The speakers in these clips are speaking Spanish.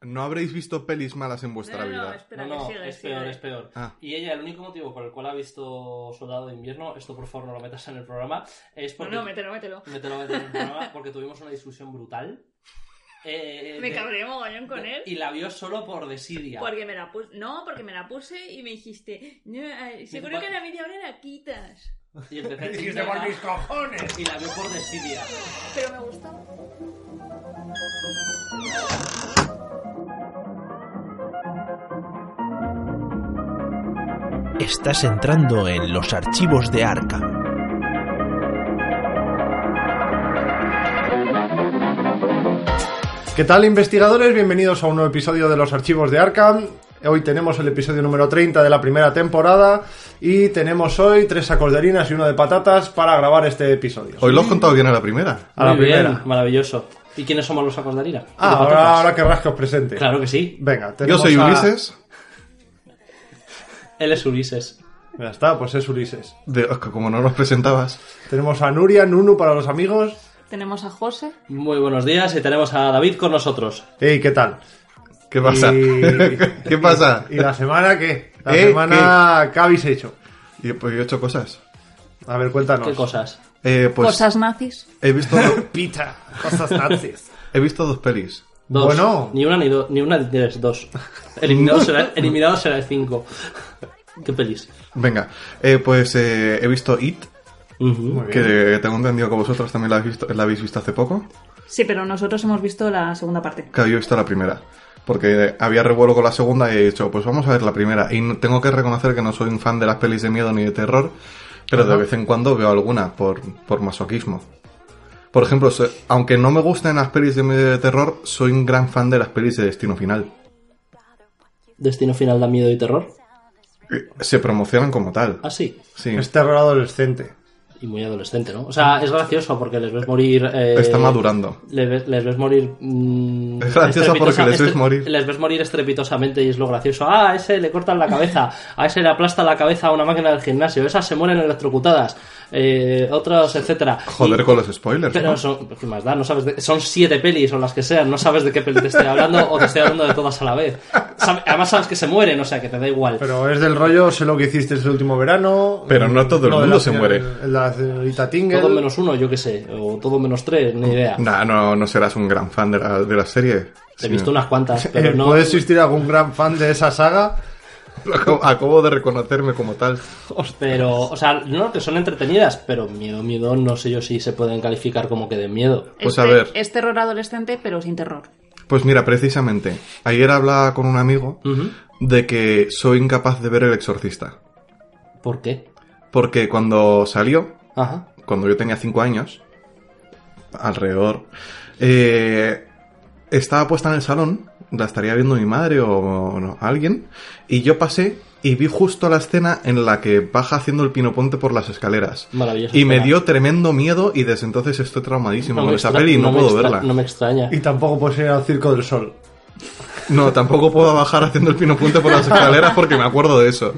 no habréis visto pelis malas en no, vuestra no, vida. espera, no, no, que sigue, es sigue. peor, es peor. Ah. Y ella, el único motivo por el cual ha visto Soldado de Invierno, esto por favor no lo metas en el programa, es No, porque... no, mételo, mételo. Mételo, mételo en el programa, porque tuvimos una discusión brutal. Eh, Me de- cabreé mogollón con él. Y la vio solo por desidia. Porque me la puse. No, porque me la puse y me dijiste. "No, eh, seguro que a la media hora la quitas. Y empecé a Dijiste por mis cojones. Y la vio por desidia. Pero me gustó. Estás entrando en los archivos de Arkham. ¿Qué tal investigadores? Bienvenidos a un nuevo episodio de los archivos de Arkham. Hoy tenemos el episodio número 30 de la primera temporada y tenemos hoy tres sacos de harinas y uno de patatas para grabar este episodio. Hoy lo has contado bien a la primera. a la Muy bien, primera. maravilloso. ¿Y quiénes somos los sacos de harina? Ah, Y de ahora, patatas. ahora querrás que os presente. Claro que sí. Venga, Yo tenemos soy a- Ulises. Él es Ulises. Ya está, pues es Ulises. De, como no nos presentabas. Tenemos a Nuria, Nunu para los amigos. Tenemos a José. Muy buenos días y tenemos a David con nosotros. Ey, ¿qué tal? ¿Qué pasa? Y- ¿Qué pasa? ¿Y la semana qué? La ¿Eh? semana qué habéis hecho. Y pues yo he hecho cosas. A ver, cuéntanos. ¿Qué cosas? Eh, pues Cosas nazis. he visto, Pita, cosas nazis. he visto dos pelis. Dos. Bueno. Ni una ni dos. Ni una ni tres, dos. Eliminado, será, eliminado será el cinco. Qué pelis. Venga, eh, pues eh, he visto It, Ujú. Muy bien. que tengo entendido que vosotros también la habéis visto, la habéis visto hace poco. Sí, pero nosotros hemos visto la segunda parte. Claro, yo he visto la primera. Porque había revuelo con la segunda y he dicho, pues vamos a ver la primera. Y no- tengo que reconocer que no soy un fan de las pelis de miedo ni de terror, pero de vez en cuando veo alguna por, por masoquismo. Por ejemplo, so- aunque no me gusten las pelis de miedo y de terror, soy un gran fan de las pelis de Destino Final. Destino final da miedo y terror. Eh, Se promocionan como tal. Ah, sí. Sí. Es terror este adolescente. Y muy adolescente, ¿no? O sea, es gracioso porque les ves morir. eh, Está madurando. le ve- Les, ves morir. mm, Es gracioso porque estrepitosa- les ves estre- morir. Les ves morir estrepitosamente y es lo gracioso. Ah, a ese le cortan la cabeza. A ese le aplasta la cabeza a una máquina del gimnasio. Esas se mueren electrocutadas. Eh, otros, etcétera. Joder Y- con los spoilers. Pero ¿no? son, ¿qué más da? No sabes de- son siete pelis o las que sean, no sabes de qué peli te estoy hablando o te estoy hablando de todas a la vez. Sabe- Además sabes que se mueren, o sea que te da igual. Pero es del rollo, sé lo que hiciste el último verano. Pero no todo el de la mundo se señor- muere. La señorita Tingle. Todo menos uno, yo qué sé, o todo menos tres, ni idea. Nah, no, no serás un gran fan de la, de la serie. He visto unas cuantas, Eh, pero no. ¿Puede Pues- existir algún gran fan de esa saga? Acabo- acabo de reconocerme como tal. Pero, o sea, no, que son entretenidas, pero miedo, miedo, no sé yo si se pueden calificar como que de miedo. Pues es, a te- ver. Este es terror adolescente, pero sin terror. Pues mira, precisamente, ayer hablaba con un amigo Ujú. de que soy incapaz de ver El Exorcista. ¿Por qué? Porque cuando salió, Ajá. cuando yo tenía 5 años, alrededor, eh, estaba puesta en el salón, la estaría viendo mi madre o, no, alguien, y yo pasé y vi justo la escena en la que baja haciendo el pinoponte por las escaleras. Maravilloso. Y me dio tremendo miedo y desde entonces estoy traumadísimo con esa extra- peli y no, me puedo extra- verla. No me extraña. Y tampoco puede ser al Circo del Sol. No, tampoco puedo bajar haciendo el pinopunte por las escaleras porque me acuerdo de eso.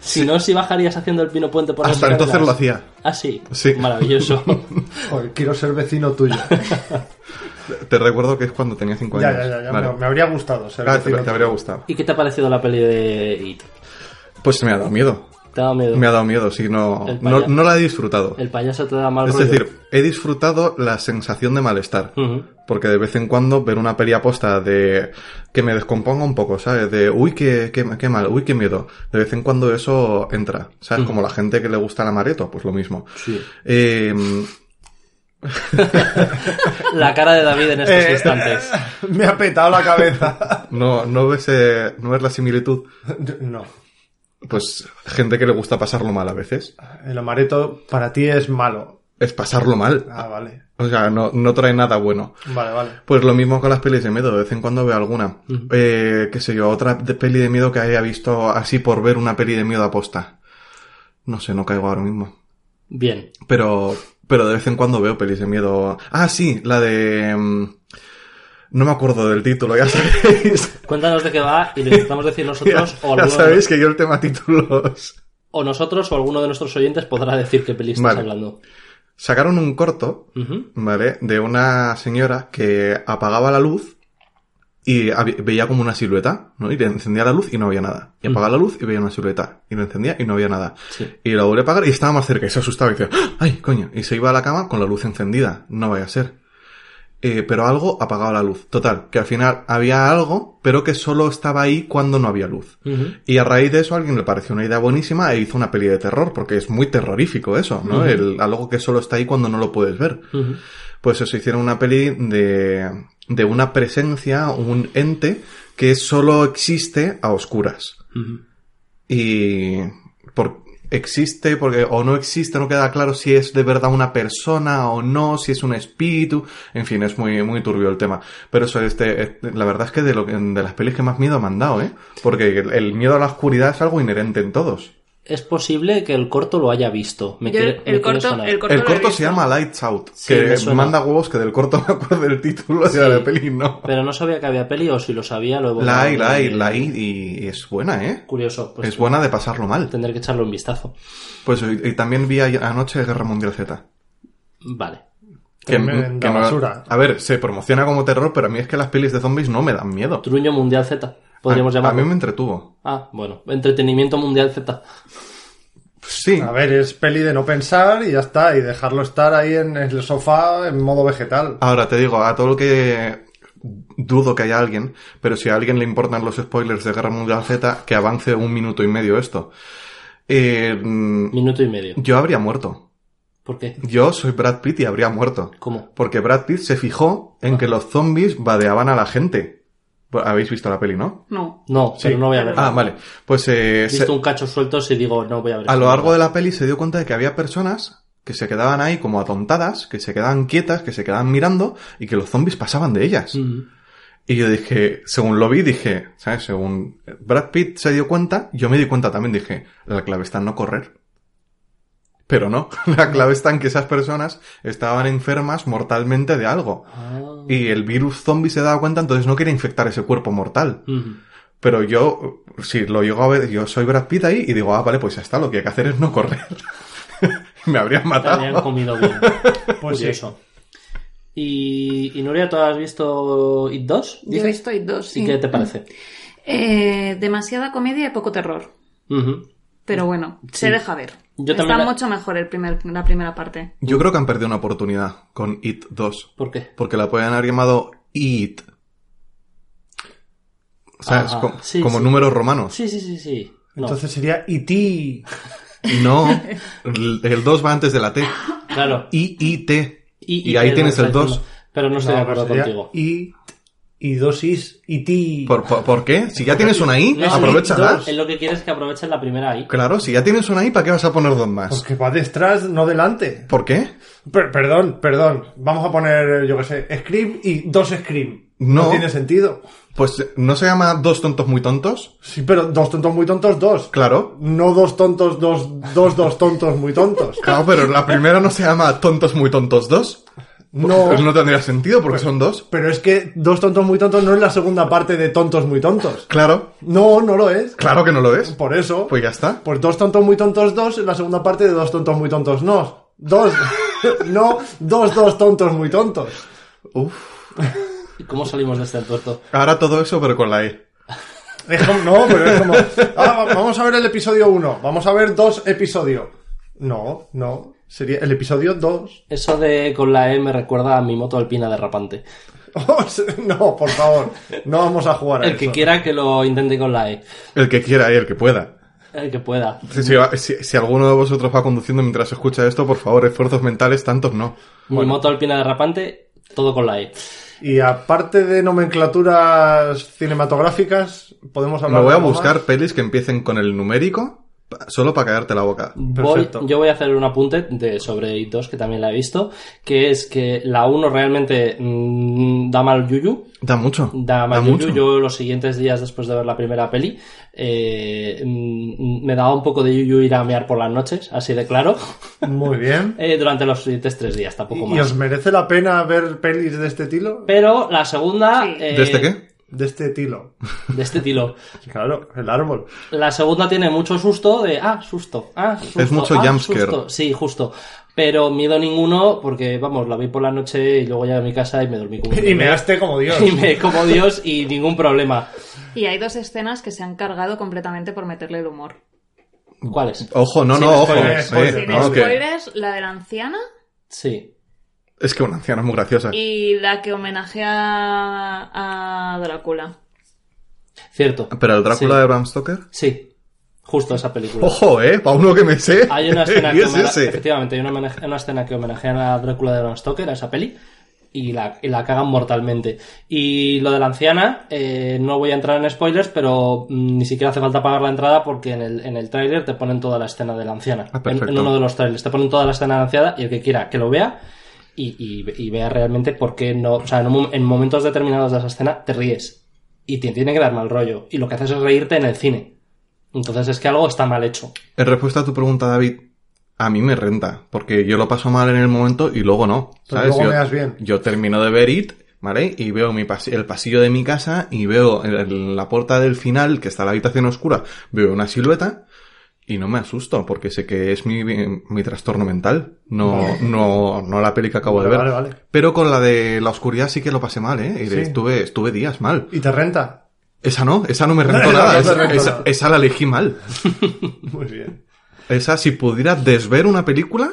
Si no, si bajarías haciendo el pino puente por las Hasta entonces escaleras. lo hacía. Ah, sí. Sí. Maravilloso. Joder, quiero ser vecino tuyo. Te recuerdo que es cuando tenía 5 ya, años. ya, ya. ya, Vale. me, me habría gustado ser Ah, te, vecino te habría gustado. ¿Y qué te ha parecido la peli de It? Pues me ha dado miedo. Te ha dado miedo. Me ha dado miedo, sí, no, El no, paya- no la he disfrutado. El payaso te da mal Es rollo. decir, he disfrutado la sensación de malestar. Ujú. Porque de vez en cuando ver una peli aposta de que me descomponga un poco, ¿sabes? De uy, qué, qué, qué mal, uy, qué miedo. De vez en cuando eso entra, ¿sabes? Mm. Como la gente que le gusta la mareto, pues lo mismo. Sí. Eh, La cara de David en estos Eh, instantes. Me ha petado la cabeza. no, no, ves, eh, no ves la similitud. no. Pues gente que le gusta pasarlo mal a veces. El amareto para ti es malo. Es pasarlo mal. Ah, vale. O sea, no, no trae nada bueno. Vale, vale. Pues lo mismo con las pelis de miedo, de vez en cuando veo alguna. Eh, qué sé yo, otra de peli de miedo que haya visto así por ver una peli de miedo aposta. No sé, no caigo ahora mismo. Bien. Pero, pero de vez en cuando veo pelis de miedo. Ah, sí, la de... mm, No me acuerdo del título, ya sabéis. Cuéntanos de qué va y le intentamos decir ya, nosotros o, ya alguno de- sabéis que yo el tema títulos... o nosotros o alguno de nuestros oyentes podrá decir qué peli estás Vale. hablando. Sacaron un corto Ujú. ¿vale? De una señora que apagaba la luz y hab- veía como una silueta, ¿no? Y le encendía la luz y no había nada. Y apagaba la luz y veía una silueta. Y lo encendía y no había nada. Sí. Y la volví a apagar y estaba más cerca y se asustaba y decía, "¡Ah! ¡ay, coño! Y se iba a la cama con la luz encendida. No vaya a ser. Eh, pero algo apagaba la luz. Total, que al final había algo, pero que solo estaba ahí cuando no había luz. Ujú. Y a raíz de eso a alguien le pareció una idea buenísima e hizo una peli de terror, porque es muy terrorífico eso, ¿no? El, algo que solo está ahí cuando no lo puedes ver. Ujú. Pues eso, hicieron una peli de, de una presencia, un ente que solo existe a oscuras. Ujú. Y por, existe porque o no existe, no queda claro si es de verdad una persona o no, si es un espíritu, en fin, es muy, muy turbio el tema. Pero eso, este, este, la verdad es que de, lo, que- de las pelis que más miedo me han dado, ¿eh? Porque el, el miedo a la oscuridad es algo inherente en todos. Es posible que el corto lo haya visto. Me Yo quiere- me el, quiere corto, sonar. el corto. el lo he corto se visto. llama Lights Out, Sí, me que suena. manda huevos que del corto me acuerdo del título y de la peli no. Pero no sabía que había peli o si lo sabía lo he La hay, la hay, Eh, la hay y es buena, ¿eh? Curioso. Pues es buena de pasarlo mal. Tendré que echarle un vistazo. Pues y, y también vi ayer- anoche Guerra Mundial Z. Vale. Tremenda no- basura. A ver, se promociona como terror, pero a mí es que las pelis de zombies no me dan miedo. Truño Mundial Z. Podríamos a, a llamarlo. mí me entretuvo. Ah, bueno. Entretenimiento Mundial Z. Sí. A ver, es peli de no pensar y ya está, y dejarlo estar ahí en el sofá en modo vegetal. Ah, Ahora te digo, a todo lo que dudo que haya alguien, pero si a alguien le importan los spoilers de Guerra Mundial Z, que avance un minuto y medio esto. Eh, mm, Minuto y medio. yo habría muerto. ¿Por qué? Yo soy Brad Pitt y habría muerto. ¿Cómo? Porque Brad Pitt se fijó en que los zombies badeaban a la gente. Pues, Habéis visto la peli, ¿no? No. No, Sí. pero no voy a verlo. Ah, vale. Pues eh, He se- visto un cacho suelto y digo, no voy a ver. a esto. lo largo de la peli se dio cuenta de que había personas que se quedaban ahí como atontadas, que se quedaban quietas, que se quedaban mirando y que los zombies pasaban de ellas. Mm. Y yo dije, según lo vi, dije, ¿sabes? Según Brad Pitt se dio cuenta, yo me di cuenta también, dije, la clave está en no correr. Pero no, Mm. la clave está en que esas personas estaban enfermas mortalmente de algo. Ah. Y el virus zombie se daba cuenta, entonces no quería infectar ese cuerpo mortal. Mm. Pero yo, si lo llego a ver, yo soy Brad Pitt ahí y digo, ah, vale, pues ya está, lo que hay que hacer es no correr. Me habrían Te habrían matado. comido bien. Pues sí. Curioso. Y, y Nuria, ¿tú has visto It 2? Yo dices? estoy dos. ¿Y Sí. qué te parece? Eh, demasiada comedia y poco terror. Ujú. Pero bueno, se deja ver. Pues Yo Está también la- mucho mejor el primer, la primera parte. Yo creo que han perdido una oportunidad con It 2. ¿Por qué? Porque la pueden haber llamado It. ¿Sabes? Ajá, Com- sí, como sí. números romanos. Sí, sí, sí, sí. No. Entonces sería E E.T. No, el el 2 va antes de la T. claro. I, I, T. Y, ahí que tienes no el pues 2. está diciendo- Pero no estoy de acuerdo sería contigo. E.T. Y dos is, E.T. ¿Por, por, por qué? Si ya tienes una I, No, aprovechala. Es lo que quieres que aproveches la primera ahí. Claro, si ya tienes una I, ¿para qué vas a poner dos más? Porque va detrás, no delante. ¿Por qué? Per- perdón, perdón. Vamos a poner, yo qué sé, Scream y dos Scream. No. tiene sentido. Pues no se llama dos tontos muy tontos. Sí, pero dos tontos muy tontos, dos. Claro, No dos tontos, dos, dos, dos tontos muy tontos. Claro, pero la primera no se llama Tontos muy tontos 2. No. Pues no tendría sentido porque son dos. Pero es que dos tontos muy tontos no es la segunda parte de tontos muy tontos. Claro, No, no lo es. claro que no lo es. Por eso. Pues ya está. Pues dos tontos muy tontos dos es la segunda parte de dos tontos muy tontos no. Dos. no, dos, dos tontos muy tontos. ¿Y ¿Cómo salimos de este entuerto? Ahora todo eso, pero con la E. Es como- no, pero es como. "Ah, va- vamos a ver el episodio 1. Vamos a ver dos episodio. No, no. Sería el episodio 2. Eso de con la E me recuerda a mi moto alpina derrapante. no, por favor. No vamos a jugar a El que eso. quiera que lo intente con la E. El que quiera y el que pueda. El que pueda. Si, si va- si- si alguno de vosotros va conduciendo mientras escucha esto, por favor, esfuerzos mentales, tantos no. Mi moto alpina derrapante, todo con la E. Y aparte de nomenclaturas cinematográficas, podemos hablar. Me voy de a algo buscar más? pelis que empiecen con el numérico pa- solo para caerte la boca. Voy, Perfecto. yo voy a hacer un apunte de sobre It 2, que también la he visto, que es que la 1 realmente mm, da mal yuyu, Da mucho. da mal mucho. yuyu. Yo los siguientes días después de ver la primera peli, eh, mm, me daba un poco de yuyu ir a mear por las noches, así de claro, Muy bien. eh, durante los siguientes tres días, tampoco ¿Y más. os merece la pena ver pelis de este estilo? Pero la segunda... Sí. eh, ¿De este qué? De este estilo. De este estilo. Claro, el árbol. La segunda tiene mucho susto de, ah, susto, ah, susto. Es mucho ah, jumpscare. susto. Sí, justo. Pero miedo ninguno, porque vamos, la vi por la noche y luego llegué a mi casa y me dormí como un Y me bebé. daste como Dios. Y me como Dios y ningún problema. Y hay dos escenas que se han cargado completamente por meterle el humor. ¿Cuáles? Ojo, no, Sin no, ojo. spoiler, eh, spoiler, no, sin que- Spoilers, la de la anciana Sí. Es que una anciana es muy graciosa. y la que homenajea a Drácula. Cierto. Pero el Drácula Sí. de Bram Stoker. Sí. Justo esa película. Ojo, eh, para uno que me sé. Hay una escena ¿Qué que es homena- ese? efectivamente, hay una, homenaje- una escena que homenajea a Drácula de Bram Stoker, a esa peli, y la, y la cagan mortalmente. Y lo de la anciana, eh, no voy a entrar en spoilers, pero mm, ni siquiera hace falta pagar la entrada porque en el, en el tráiler te ponen toda la escena de la anciana. Ah, en, perfecto. en uno de los trailers te ponen toda la escena de la anciana y el que quiera que lo vea y, y- y vea realmente por qué no... O sea, en, un mom- en momentos determinados de esa escena te ríes y te tiene que dar mal rollo. Y lo que haces es reírte en el cine. Entonces es que algo está mal hecho. En respuesta a tu pregunta, David, a mí me renta, porque yo lo paso mal en el momento y luego no. Pero ¿sabes? luego yo, me das bien. yo termino de ver It, ¿vale? Y veo mi pas- el pasillo de mi casa y veo en- en la puerta del final, que está la habitación oscura, veo una silueta y no me asusto, porque sé que es mi, mi trastorno mental, no, no, no la peli que acabo de Vale, ver. vale, vale. Pero con la de la oscuridad sí que lo pasé mal, ¿eh? Y Sí. Estuve, estuve días mal. Y te renta. Esa no, esa no me rentó No, no nada, te esa- rentó esa- nada. esa la elegí mal. Muy bien. Esa, si pudiera desver una película,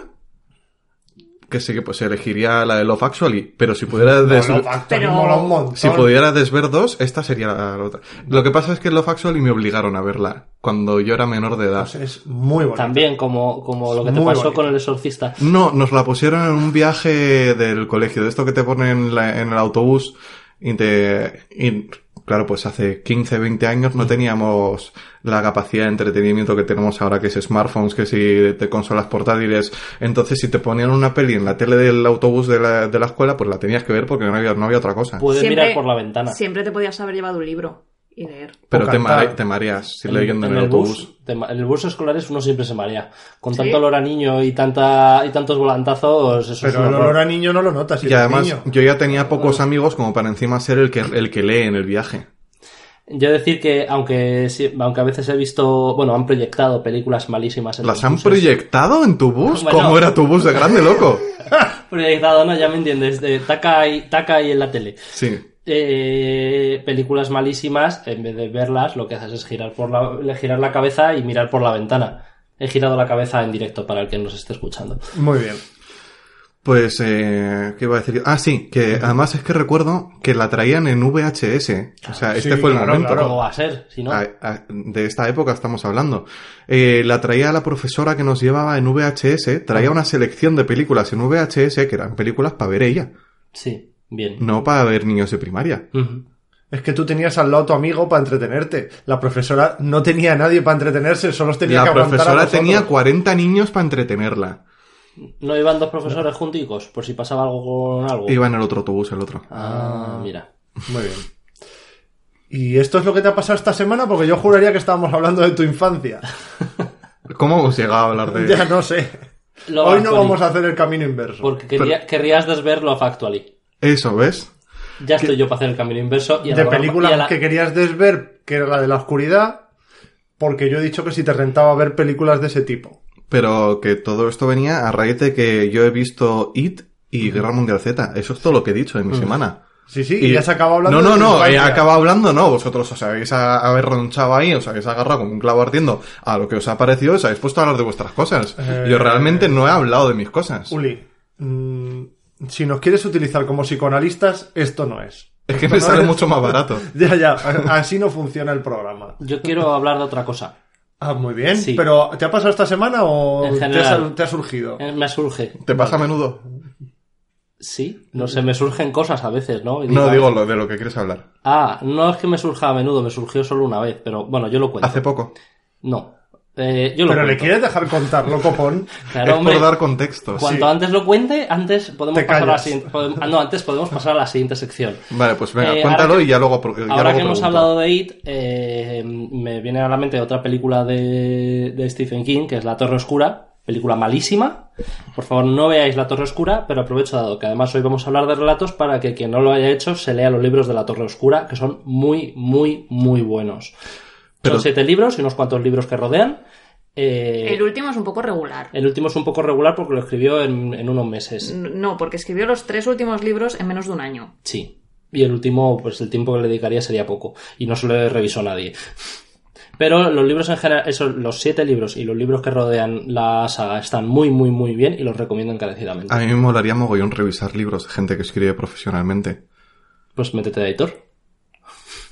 que sí que pues elegiría la de Love Actually, pero si pudiera des- Bueno, Factor Pero- mola un montón. si pudiera desver dos, esta sería la la otra. Lo que pasa es que Love Actually me obligaron a verla cuando yo era menor de edad. Pues es muy bonito. También, como, como lo que te Muy pasó bonito. con el exorcista. No, nos la pusieron en un viaje del colegio, de esto que te ponen en, la- en el autobús y te... y, claro, pues hace 15, 20 años no teníamos la capacidad de entretenimiento que tenemos ahora, que es smartphones, que si te consolas portátiles. Entonces, si te ponían una peli en la tele del autobús de la, de la escuela, pues la tenías que ver porque no había, no había otra cosa. Puedes Siempre- mirar por la ventana. Siempre te podías haber llevado un libro y leer. Pero o te, cantar. mare- te mareas si leyendo en, el, autobús. bus, te ma- en el bus escolar es uno siempre se marea. Con Sí. tanto olor a niño y tanta y tantos volantazos, eso es Pero un el horror. olor a niño no lo notas. si Y eres además, niño. yo ya tenía pocos amigos como para encima ser el que, el que lee en el viaje. Yo decir que aunque sí- aunque a veces he visto, bueno, han proyectado películas malísimas en ¿Las los han buses. proyectado en tu bus? Bueno. ¿Cómo era tu bus de grande, loco? proyectado, no, ya me entiendes, de taca y taca y en la tele. Sí. Eh, películas malísimas, en vez de verlas, lo que haces es girar por la girar la cabeza y mirar por la ventana. He girado la cabeza en directo para el que nos esté escuchando. Muy bien. Pues, eh, ¿qué iba a decir? yo? Ah, sí, que además es que recuerdo que la traían en VHS. o sea, este Sí, fue el claro, momento. claro. ¿Cómo va a ser? Si no, A- a- de esta época estamos hablando. Eh, la traía la profesora que nos llevaba en VHS, traía una selección de películas en VHS que eran películas para ver ella, sí, bien. no para ver niños de primaria. Ujú. Es que tú tenías al lado tu amigo para entretenerte. La profesora no tenía a nadie para entretenerse, solo os tenía que La aguantar a profesora vosotros. tenía 40 niños para entretenerla. ¿No iban dos profesores junticos? Por si pasaba algo con algo. Iba en el otro autobús, el otro. Ah, mira. Muy bien. ¿Y esto es lo que te ha pasado esta semana? Porque yo juraría que estábamos hablando de tu infancia. ¿Cómo hemos llegado a hablar de...? Ya no sé. Lo Hoy no Actually, vamos a hacer el camino inverso. Porque quería- querrías desver Love Actually. Eso, ¿ves? Ya estoy yo para hacer el camino inverso. Y a de la- películas y a la- que querías desver, que era la de la oscuridad, porque yo he dicho que si te rentaba ver películas de ese tipo. Pero que todo esto venía a raíz de que yo he visto It y Guerra Mundial Z. Eso es todo lo que he dicho en mi semana. Sí, sí, y, ya se acaba hablando. No, de no, tu no, he infancia. acabado hablando, no. Vosotros os habéis a- haber ronchado ahí, os habéis agarrado como un clavo ardiendo a lo que os ha parecido, os habéis puesto a hablar de vuestras cosas. Eh, Yo realmente no he hablado de mis cosas. Uli, mm, si nos quieres utilizar como psicoanalistas, esto no es. Es que Esto me no sale es. mucho más barato. Ya, ya, a- así no funciona el programa. Yo quiero hablar de otra cosa. Ah, muy bien. Sí. Pero, ¿te ha pasado esta semana o En te ha general. sal- te ha surgido? Eh, Me surge. ¿Te pasa a menudo? Sí, no sé, me surgen cosas a veces, ¿no? Y No, digo lo de lo que quieres hablar. Ah, no es que me surja a menudo, me surgió solo una vez, pero bueno, yo lo cuento. Hace poco. No. Eh, yo lo Pero le cuento. quieres dejar contar, loco pon. Claro, Es hombre, por dar contexto. Cuanto Sí. antes lo cuente, antes podemos Te pasar a la callas. siguiente. podem- ah, no, antes podemos pasar a la siguiente sección. Vale, pues venga, Eh, cuéntalo ahora que- y ya luego. pro- ya Ahora luego que hemos pregunto. hablado de It, eh, me viene a la mente otra película de, de Stephen King, que es La Torre Oscura, película malísima. Por favor, no veáis La Torre Oscura, pero aprovecho dado que además hoy vamos a hablar de relatos para que quien no lo haya hecho se lea los libros de La Torre Oscura, que son muy, muy, muy buenos. Pero- Son siete libros y unos cuantos libros que rodean. Eh, El último es un poco regular. el último es un poco regular porque lo escribió en, en unos meses. N- No, porque escribió los tres últimos libros en menos de un año. Sí. Y el último, pues el tiempo que le dedicaría sería poco. Y no se lo revisó nadie. Pero los libros en general, esos, los siete libros y los libros que rodean la saga están muy, muy, muy bien y los recomiendo encarecidamente. A mí me molaría mogollón revisar libros de gente que escribe profesionalmente. Pues métete de editor.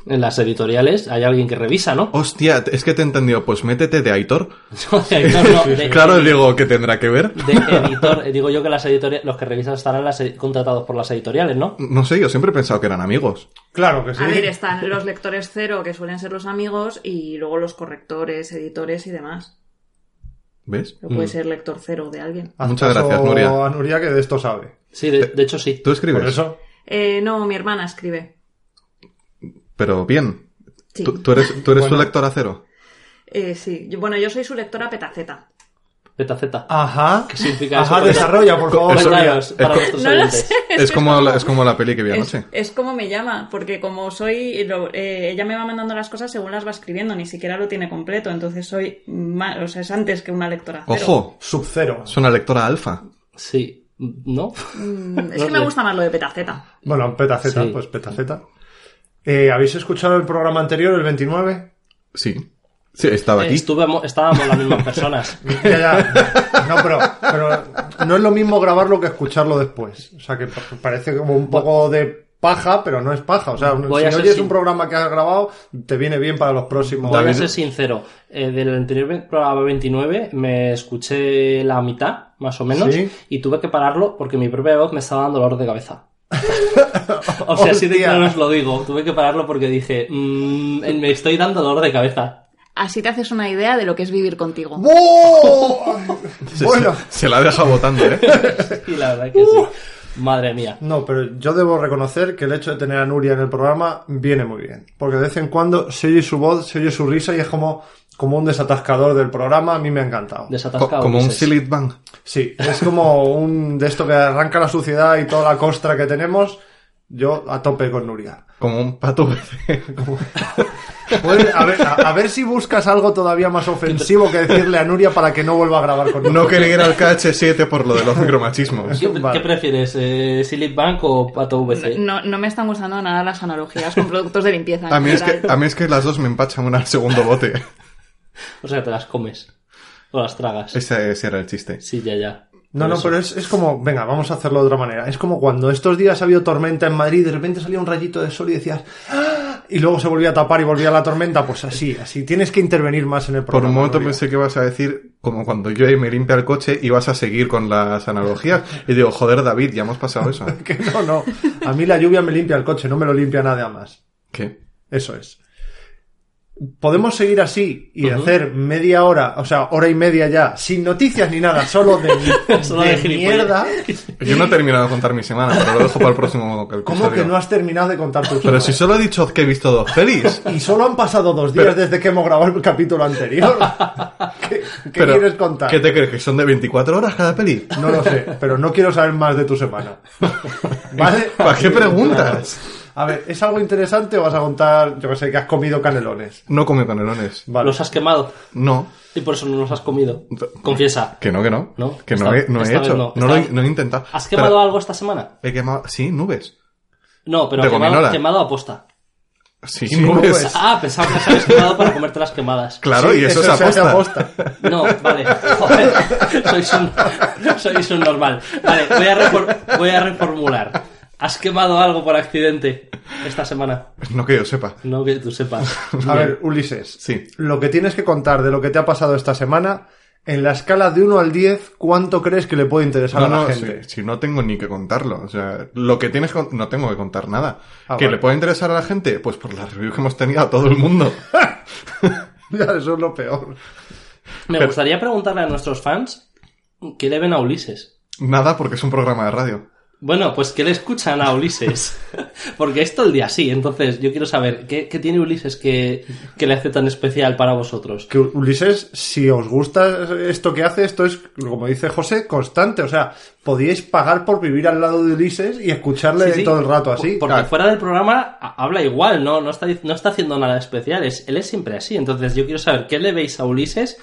En las editoriales hay alguien que revisa, ¿no? Hostia, es que te he entendido. Pues métete de Aitor. No, de editor, no, de- claro, digo, que tendrá que ver? de editor. Eh, Digo yo que las editoriales, los que revisan estarán las ed- contratados por las editoriales, ¿no? No sé, yo siempre he pensado que eran amigos. Claro que sí. A ver, están los lectores cero, que suelen ser los amigos, y luego los correctores, editores y demás. ¿Ves? Pero puede Mm. ser lector cero de alguien. Haz Muchas caso gracias, Nuria. A Nuria que de esto sabe. Sí, de, de hecho sí. Tú Por escribes, eso. Eh, no, mi hermana escribe. pero bien. Sí. Tú, tú eres, tú eres su Bueno. lector acero. Eh, sí. Yo- bueno, yo soy su lectora petaceta. Beta Z. Ah, Ajá. ¿Qué significa Ajá, eso? Pues desarrolla, por favor, Eso- Nuria. Cuéntanos para co- nuestros No lo oyentes. sé. Es, que como, la, es como la peli que vi Es, anoche. es como me llama, porque como soy, lo- eh, ella me va mandando las cosas según las va escribiendo, ni siquiera lo tiene completo, entonces soy, más, o sea, es antes que una lectora. cero. Ojo, Sub-Zero. es una lectora alfa. Sí. ¿No? Mm, es No que me sé. gusta más lo de petaceta. Bueno, petaceta, Sí. pues petaceta. Eh, ¿Habéis escuchado el programa anterior, el 29? Sí. Sí, estaba aquí. Estuvemos- estábamos las mismas personas. Ya, ya. No, pero, pero no es lo mismo grabarlo que escucharlo después. O sea, que pa- parece como un poco de paja, pero no es paja. O sea, Voy a si ser oyes sin- un programa que has grabado, te viene bien para los próximos. Voy a ser sincero. eh, del anterior ve- programa 29 me escuché la mitad, más o menos, Sí. y tuve que pararlo porque mi propia voz me estaba dando dolor de cabeza. o sea, así de Hostia. claro os lo digo. Tuve que pararlo porque dije, "Mm, me estoy dando dolor de cabeza. Así te haces una idea de lo que es vivir contigo. ¡Buah! Se- Bueno. se, se la ha dejado votando, ¿eh? Y la verdad que sí. Madre mía. No, pero yo debo reconocer que el hecho de tener a Nuria en el programa viene muy bien. Porque de vez en cuando se oye su voz, se oye su risa y es como, como un desatascador del programa. A mí me ha encantado. Co- Desatascado. como un Ulises. Silent Bang. Sí, es como un de esto que arranca la suciedad y toda la costra que tenemos. Yo a tope con Nuria. Como un pato verde. Pues, a, ver, a, a ver si buscas algo todavía más ofensivo que decirle a Nuria para que no vuelva a grabar con No nosotros. quería ir al KH7 por lo de los micromachismos. ¿Qué, Vale. qué prefieres, eh, Silent Bank o Pato VC? No, no me están gustando nada las analogías con productos de limpieza. en A mí, es que, general. a mí es que las dos me empachan una al segundo bote. O sea, te las comes. O las tragas. Ese, ese era el chiste. Sí, ya, ya. No, Por no, eso. pero es, es como, venga, vamos a hacerlo de otra manera. Es como cuando estos días ha habido tormenta en Madrid, de repente salía un rayito de sol y decías, ¡Ah! y luego se volvía a tapar y volvía la tormenta, pues así, así. Tienes que intervenir más en el Por programa. un momento Nuria. pensé que ibas a decir, como cuando yo me limpia el coche, ibas a seguir con las analogías. Y digo, joder, David, ya hemos pasado eso. Que no, no. A mí la lluvia me limpia el coche, no me lo limpia nada más. ¿Qué? Eso es. Podemos seguir así y Ujú. hacer media hora, o sea, hora y media ya, sin noticias ni nada, solo de, Solo de de gilipollas. mierda. Yo no he terminado de contar mi semana, pero lo dejo para el próximo episodio. ¿Cómo que no has terminado de contar tu Pero semana? si solo he dicho que he visto dos pelis. Y solo han pasado dos días desde que hemos grabado el capítulo anterior. ¿Qué, qué Pero, quieres contar? ¿Qué te crees? ¿Que son de 24 horas cada peli? No lo sé, pero no quiero saber más de tu semana. ¿Vale? ¿Para qué preguntas? A ver, ¿es algo interesante o vas a contar, yo que sé, que has comido canelones? No come canelones. Vale. Los has quemado No. y por eso no los has comido. Confiesa. Que no, que no. No, que esta- no he, no he esta vez hecho. no. No, Esta lo he, vez- no he intentado. ¿Has quemado Pero- algo esta semana? He quemado... Sí, nubes. No, pero De quemado, gominora. quemado a posta. Sí, Sí, nubes. nubes. Ah, pensaba que las habías quemado para comerte las quemadas. Claro, Sí, y eso, se es hace aposta. aposta. No, vale. Joder, sois un, sois un normal. Vale, voy a, refor- voy a reformular. ¿Has quemado algo por accidente esta semana? No que yo sepa. No que tú sepas. A ver, Ulises. Sí. Lo que tienes que contar de lo que te ha pasado esta semana, en la escala de 1 al 10, ¿cuánto crees que le puede interesar No, a la no, gente? si, si no tengo ni que contarlo. O sea, lo que tienes que con- no tengo que contar nada. Ah, ¿Que vale. le pueda interesar a la gente? Pues por la review que hemos tenido a todo el mundo. Ya, eso es lo peor. Me gustaría preguntarle a nuestros fans qué le ven a Ulises. nada porque es un programa de radio. Bueno, pues que le escuchan a Ulises. Porque es todo el día así. Entonces, yo quiero saber, ¿qué, qué tiene Ulises que, que le hace tan especial para vosotros? Que Ulises, si os gusta esto que hace, esto es, como dice José, constante. O sea, podíais pagar por vivir al lado de Ulises y escucharle Sí, sí. todo el rato así. Por- Porque Claro. fuera del programa ha- habla igual, ¿no? No está, dic- no está haciendo nada especial. es- él es siempre así. Entonces, yo quiero saber qué le veis a Ulises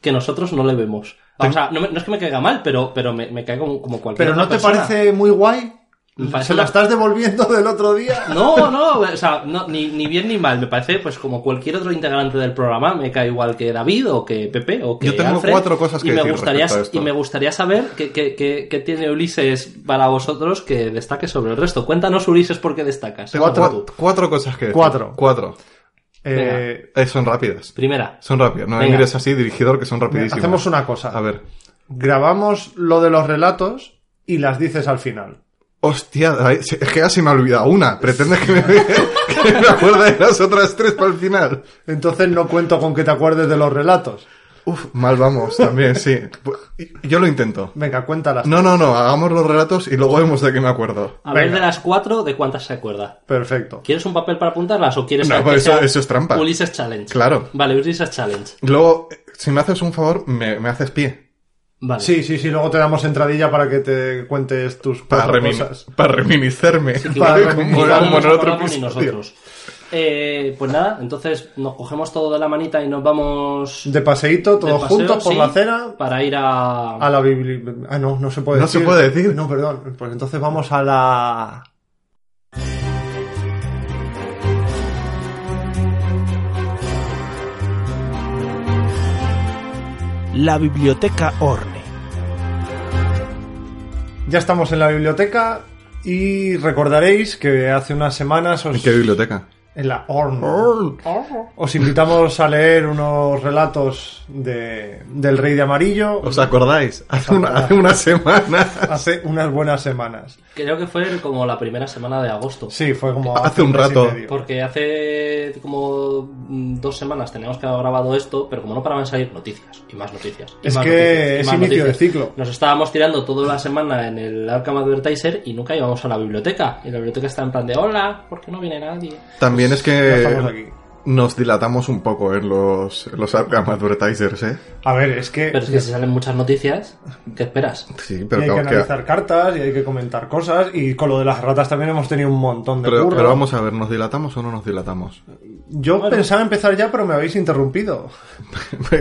que nosotros no le vemos. O sea, no, me- no es que me caiga mal, pero, pero me, me cae como, como cualquier Pero otra ¿no te persona. parece muy guay? Me parece ¿Se la una- estás devolviendo del otro día? No, no, o sea, no, ni, ni bien ni mal. Me parece, pues como cualquier otro integrante del programa, me cae igual que David o que Pepe o que Yo tengo Alfred, cuatro cosas que y me decir gustaría respecto a esto. Y me gustaría saber qué, qué- qué- qué tiene Ulises para vosotros que destaque sobre el resto. Cuéntanos, Ulises, por qué destacas. Tengo Cuatro. cua- cuatro cosas que decir. Cuatro. Cuatro. Eh, Eh, son rápidas. Primera, Son rápidas. No me Venga. mires así, dirigidor, que son rapidísimas. hacemos una cosa. A ver. Grabamos lo de los relatos y las dices al final. Hostia, ay, se- es que ya se me ha olvidado una. Pretendes que me, que me acuerde de las otras tres para el final. Entonces no cuento con que te acuerdes de los relatos. Uf, mal vamos también, sí. Yo lo intento. Venga, cuéntalas. No, no, no, hagamos los relatos y luego vemos de qué me acuerdo. a ver Venga. de las cuatro, ¿de cuántas se acuerda? Perfecto. ¿Quieres un papel para apuntarlas o quieres No, saber pues que eso- sea eso es trampa. Ulises Challenge. Claro. Vale, Ulises Challenge. Luego, eh, si me haces un favor, me, me haces pie. Vale. Sí, sí, sí, luego te damos entradilla para que te cuentes tus Para, cuatro remin- cosas. para reminiscerme. Que Para ¿vale? igual- Como- reminiscer. igual como no en nos otro acordamos ni episodio. nosotros. Eh, pues nada, entonces nos cogemos todo de la manita y nos vamos De paseíto, de todos paseo, juntos por sí, la cena para ir a, a la biblioteca. Ah, no, no se puede No decir. se puede decir. No, perdón. Pues entonces vamos a la. La biblioteca Orne. Ya estamos en la biblioteca y recordaréis que hace unas semanas os. ¿En qué biblioteca? En la Orn. Os invitamos a leer unos relatos de, del Rey de Amarillo ¿Os acordáis? Hace una, hace una semana. hace unas buenas semanas. creo que fue como la primera semana de agosto. Sí, fue como. Hace un mes y rato. medio. Porque hace como mm, dos semanas teníamos que haber grabado esto, pero como no paraban de salir noticias, y más noticias. y Es más que noticias, y es más inicio de ciclo. Nos estábamos tirando toda la semana en el Arkham Advertiser y nunca íbamos a la biblioteca. Y la biblioteca está en plan de, hola, ¿por qué no viene nadie? Eh, También es Ya estamos que aquí. nos dilatamos un poco en los, en los Arkham Advertisers, ¿eh? A ver, es que. Pero es que si salen muchas noticias, ¿qué esperas? Sí, y pero hay que claro que- analizar cartas y hay que comentar cosas. Y con lo de las ratas también hemos tenido un montón de Pero, curro. pero vamos a ver, ¿nos dilatamos o no nos dilatamos? Yo pensaba empezar ya, pero me habéis interrumpido.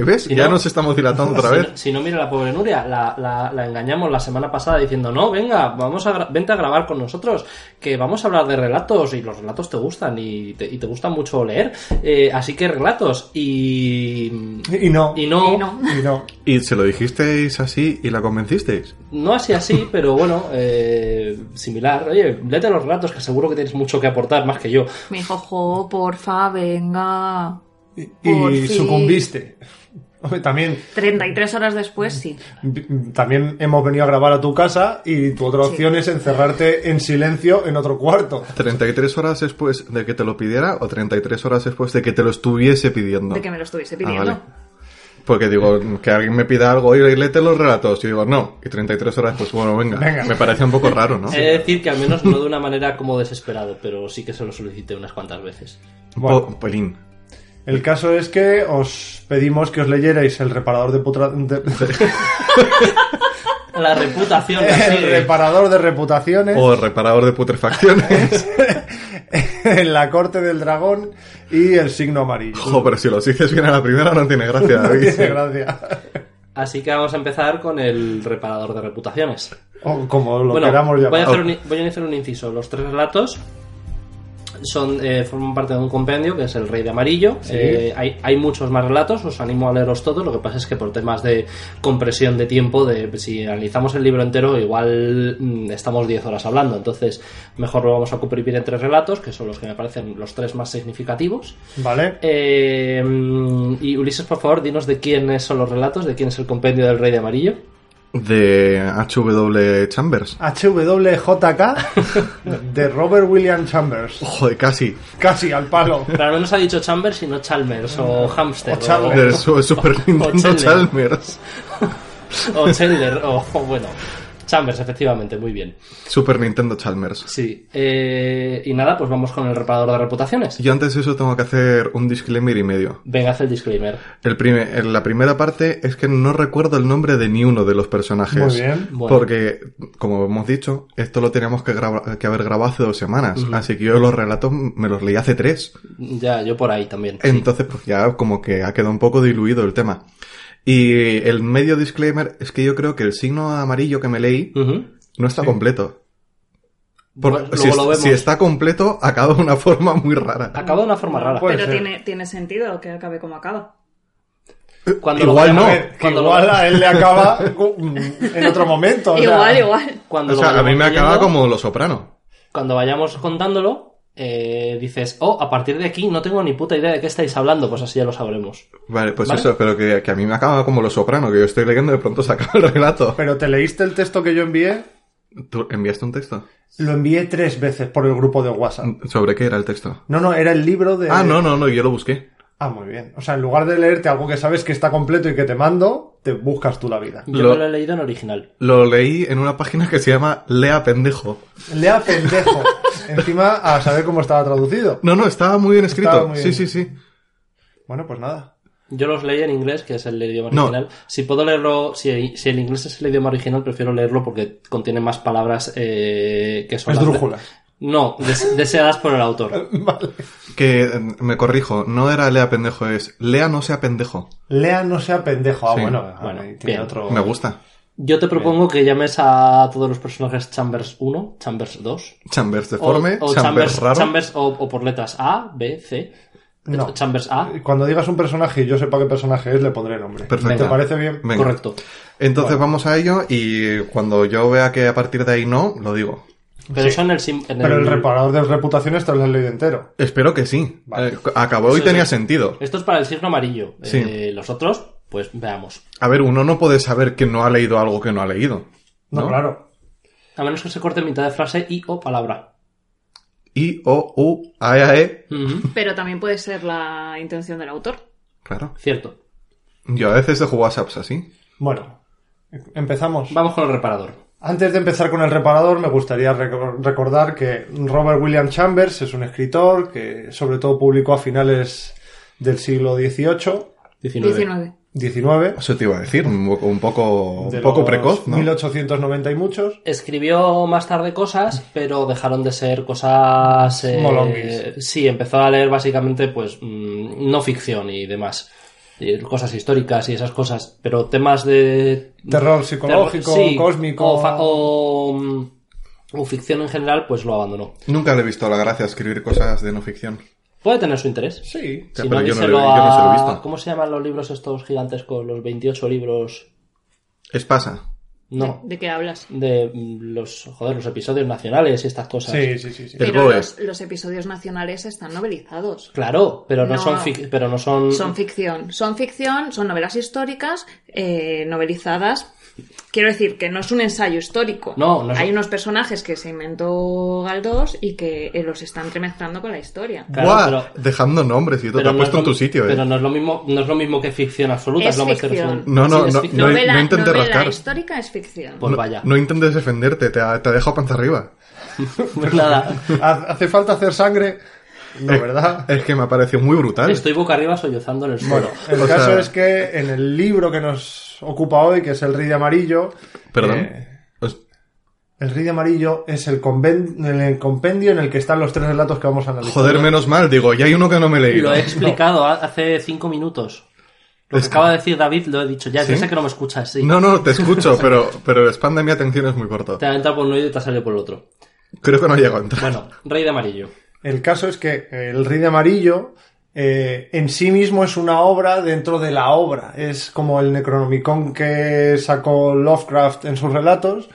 ¿Ves? Si ya no- nos estamos dilatando otra si, vez. no- si no, mira la pobre Nuria, la, la- la engañamos la semana pasada diciendo, no, venga, vamos a gra- vente a grabar con nosotros, que vamos a hablar de relatos y los relatos te gustan y te, y te gusta mucho leer, eh, así que relatos y... Y no. Y no, Y no. no. Y no. ¿Y se lo dijisteis así y la convencisteis? así así, pero bueno, eh, similar. Oye, léete los relatos que seguro que tienes mucho que aportar, más que yo. Me dijo, jo, porfa, venga. Y, Por y fin. sucumbiste. Hombre, También, 33 horas después, sí. también hemos venido a grabar a tu casa y tu otra Sí. opción es encerrarte en silencio en otro cuarto. ¿33 horas después de que te lo pidiera o 33 horas después de que te lo estuviese pidiendo? De que me lo estuviese Ah, pidiendo. vale. Porque digo, que alguien me pida algo, oye, léete los relatos. Y digo, no. Y 33 horas después, bueno, venga. Venga. Eh, Me parece un poco raro, ¿no? He de decir que al menos no de una manera como desesperado, pero sí que se lo solicité unas cuantas veces. Un Bueno. po- un pelín. El caso es que os pedimos que os leyerais El reparador de, putra- de- La reputación así. el reparador de reputaciones. O reparador de putrefacciones. en la corte del dragón y el signo amarillo. Ojo, pero si los dices bien a la primera no tiene gracia, No David. tiene gracia. Así que vamos a empezar con el reparador de reputaciones. O como lo bueno, queramos voy a, llamar. hacer un, voy a hacer un inciso. Los tres relatos son eh, forman parte de un compendio que es El Rey de Amarillo. Eh, hay, hay muchos más relatos, os animo a leeros todos. Lo que pasa es que por temas de compresión de tiempo, de si analizamos el libro entero, igual mm, estamos 10 horas hablando. Entonces, mejor lo vamos a comprimir en tres relatos, que son los que me parecen los tres más significativos. ¿Vale? Eh, mm, y Ulises, por favor, dinos de quiénes son los relatos, de quién es el compendio del Rey de Amarillo. De HW Chambers. HWJK de Robert William Chambers. Joder, casi. Casi al palo. Pero al menos ha dicho Chambers y no Chalmers o Hamster O Chandler. Del su- Super Nintendo Chandler. Chalmers. o, o Chandler o, o bueno. Chambers, efectivamente, muy bien. Super Nintendo Chalmers. Sí. eh, y nada, pues vamos con el reparador de reputaciones. Yo antes de eso tengo que hacer un disclaimer y medio. Venga, haz el disclaimer. El prime- en la primera parte es que no recuerdo el nombre de ni uno de los personajes. Muy bien. Bueno. Porque, como hemos dicho, esto lo teníamos que, graba- que haber grabado hace dos semanas. Así que yo los relatos me los leí hace tres. Ya, yo por ahí también. sí. Entonces, pues ya como que ha quedado un poco diluido el tema. Y el medio disclaimer es que yo creo que el signo amarillo que me leí Ujú. no está completo. Por- Bueno, luego si, es- lo vemos. Ah, si está completo, acaba de una forma muy rara. Acaba de una forma Pues rara. Puede Pero ser. tiene, tiene sentido que acabe como acaba. Cuando lo Igual no, vayamos- que cuando lo- igual a él le acaba en otro momento. o sea, igual, igual. cuando O lo sea, a mí vayamos me acaba leyendo- como Los Soprano. cuando vayamos contándolo, eh, dices, oh, a partir de aquí no tengo ni puta idea de qué estáis hablando, pues así ya lo sabremos. Vale, pues Vale. eso, pero que, que a mí me acaba como Los Soprano, que yo estoy leyendo y de pronto se acaba el relato. Pero te leíste el texto que yo envié, ¿Tú enviaste un texto? lo envié tres veces por el grupo de WhatsApp. ¿Sobre qué era el texto? No, no, era el libro Eh, de... Ah, no, no, no, yo lo busqué. Ah, muy bien. O sea, en lugar de leerte algo que sabes que está completo y que te mando, te buscas tú la vida. Yo Lo- no lo he leído en original. Lo leí en una página que se llama Lea Pendejo. Lea pendejo. Encima, a saber cómo estaba traducido. No, no, estaba muy bien escrito. Estaba muy sí, bien. sí, sí. Bueno, pues nada. Yo los leí en inglés, que es el idioma No. original. Si puedo leerlo, si, si el inglés es el idioma original, prefiero leerlo porque contiene más palabras eh, que son... las de- Esdrújulas. No, des- deseadas por el autor. Que eh, me corrijo, no era Lea Pendejo, es Lea no sea pendejo. Lea no sea pendejo. Ah, Sí. bueno, ah, Bueno, ahí tiene bien. otro... Me gusta. Yo te propongo que llames a todos los personajes Chambers 1, Chambers 2, Chambers o, deforme, o Chambers, Chambers, raro. Chambers o, o por letras A, B, C. No. Chambers A, Cuando digas un personaje y yo sepa qué personaje es, le pondré nombre. Perfecto. ¿Te parece bien? Venga. correcto. Entonces vamos a ello y cuando yo vea que a partir de ahí no, lo digo. Pero eso en el... sim- en Pero el el- reparador de reputaciones te lo has leído entero. Espero que sí. Vale. Eh, acabó y Eso tenía sí. sentido. Esto es para el signo amarillo. Sí. Eh, los otros, pues veamos. A ver, uno no puede saber que no ha leído algo que no ha leído. No, ¿No? claro. A menos que se corte en mitad de frase y o palabra. I, O, U, A, E, A, E. Ujú, Pero también puede ser la intención del autor. Claro. Cierto. Yo a veces dejo WhatsApps así. Bueno, empezamos. Vamos con el reparador. Antes de empezar con el reparador, me gustaría reco- recordar que Robert William Chambers es un escritor que sobre todo publicó a finales del siglo XVIII, 19. 19. XIX, Eso te iba a decir, un poco, un poco, un de poco los precoz, ¿no? 1890 y muchos. Escribió más tarde cosas, pero dejaron de ser cosas... eh, Molonguis. sí, empezó a leer básicamente, pues, mm, no ficción y demás. Y cosas históricas y esas cosas. Pero temas de... Terror psicológico, terror- sí, cósmico. O, fa- o, mm, o ficción en general, pues lo abandonó. Nunca le he visto la gracia a escribir cosas de no ficción. Puede tener su interés. Sí. Ya, Si pero no, yo no díselo lo- yo no se lo he a- visto. ¿Cómo se llaman los libros estos gigantescos? Los 28 libros. Es pasa. No. ¿De qué hablas? De mm, los, joder, los episodios nacionales y estas cosas. Sí, sí, sí. sí. El Pero BOE. los, los episodios nacionales están novelizados. Claro, pero no, No. son. fic- Pero no son. Son ficción. Son ficción, son novelas históricas, eh, novelizadas. Quiero decir que no es un ensayo histórico. No, no es- Hay unos personajes que se inventó Galdós y que eh, los está entremezclando con la historia. Claro, Buah, pero- dejando nombres y todo. Te has no puesto es en lo- tu sitio, eh. Pero no es lo mismo, no es lo mismo que ficción absoluta. Es lo que me estoy ficción. refiriendo. No, no, Sí, es no, ficción. no, novela intentes novela rascar. histórica es ficción. Pues vaya. No intentes defenderte, te ha, te ha dejado panza arriba. Pues nada. Ha- ¿Hace falta hacer sangre? No, Eh, ¿verdad? Es que me ha parecido muy brutal. Estoy boca arriba sollozando en el suelo. El O sea- caso es que en el libro que nos ocupa hoy, que es El Rey de Amarillo, Perdón. eh, Os- El Rey de Amarillo es el, conven- el compendio en el que están los tres relatos que vamos a analizar. Joder, menos mal, digo, ya hay uno que no me he leído. Lo he explicado ha- hace cinco minutos. Lo que acaba de decir David lo he dicho ya. ¿Sí? Ya sé que no me escuchas, sí. No, no, te escucho, pero, pero el spam de mi atención es muy corto. Te ha entrado por un oído y te ha salido por el otro. Creo que no llego a entrar. Bueno, Rey de Amarillo. El caso es que El Rey de Amarillo eh, en sí mismo es una obra dentro de la obra. Es como el Necronomicon que sacó Lovecraft en sus relatos.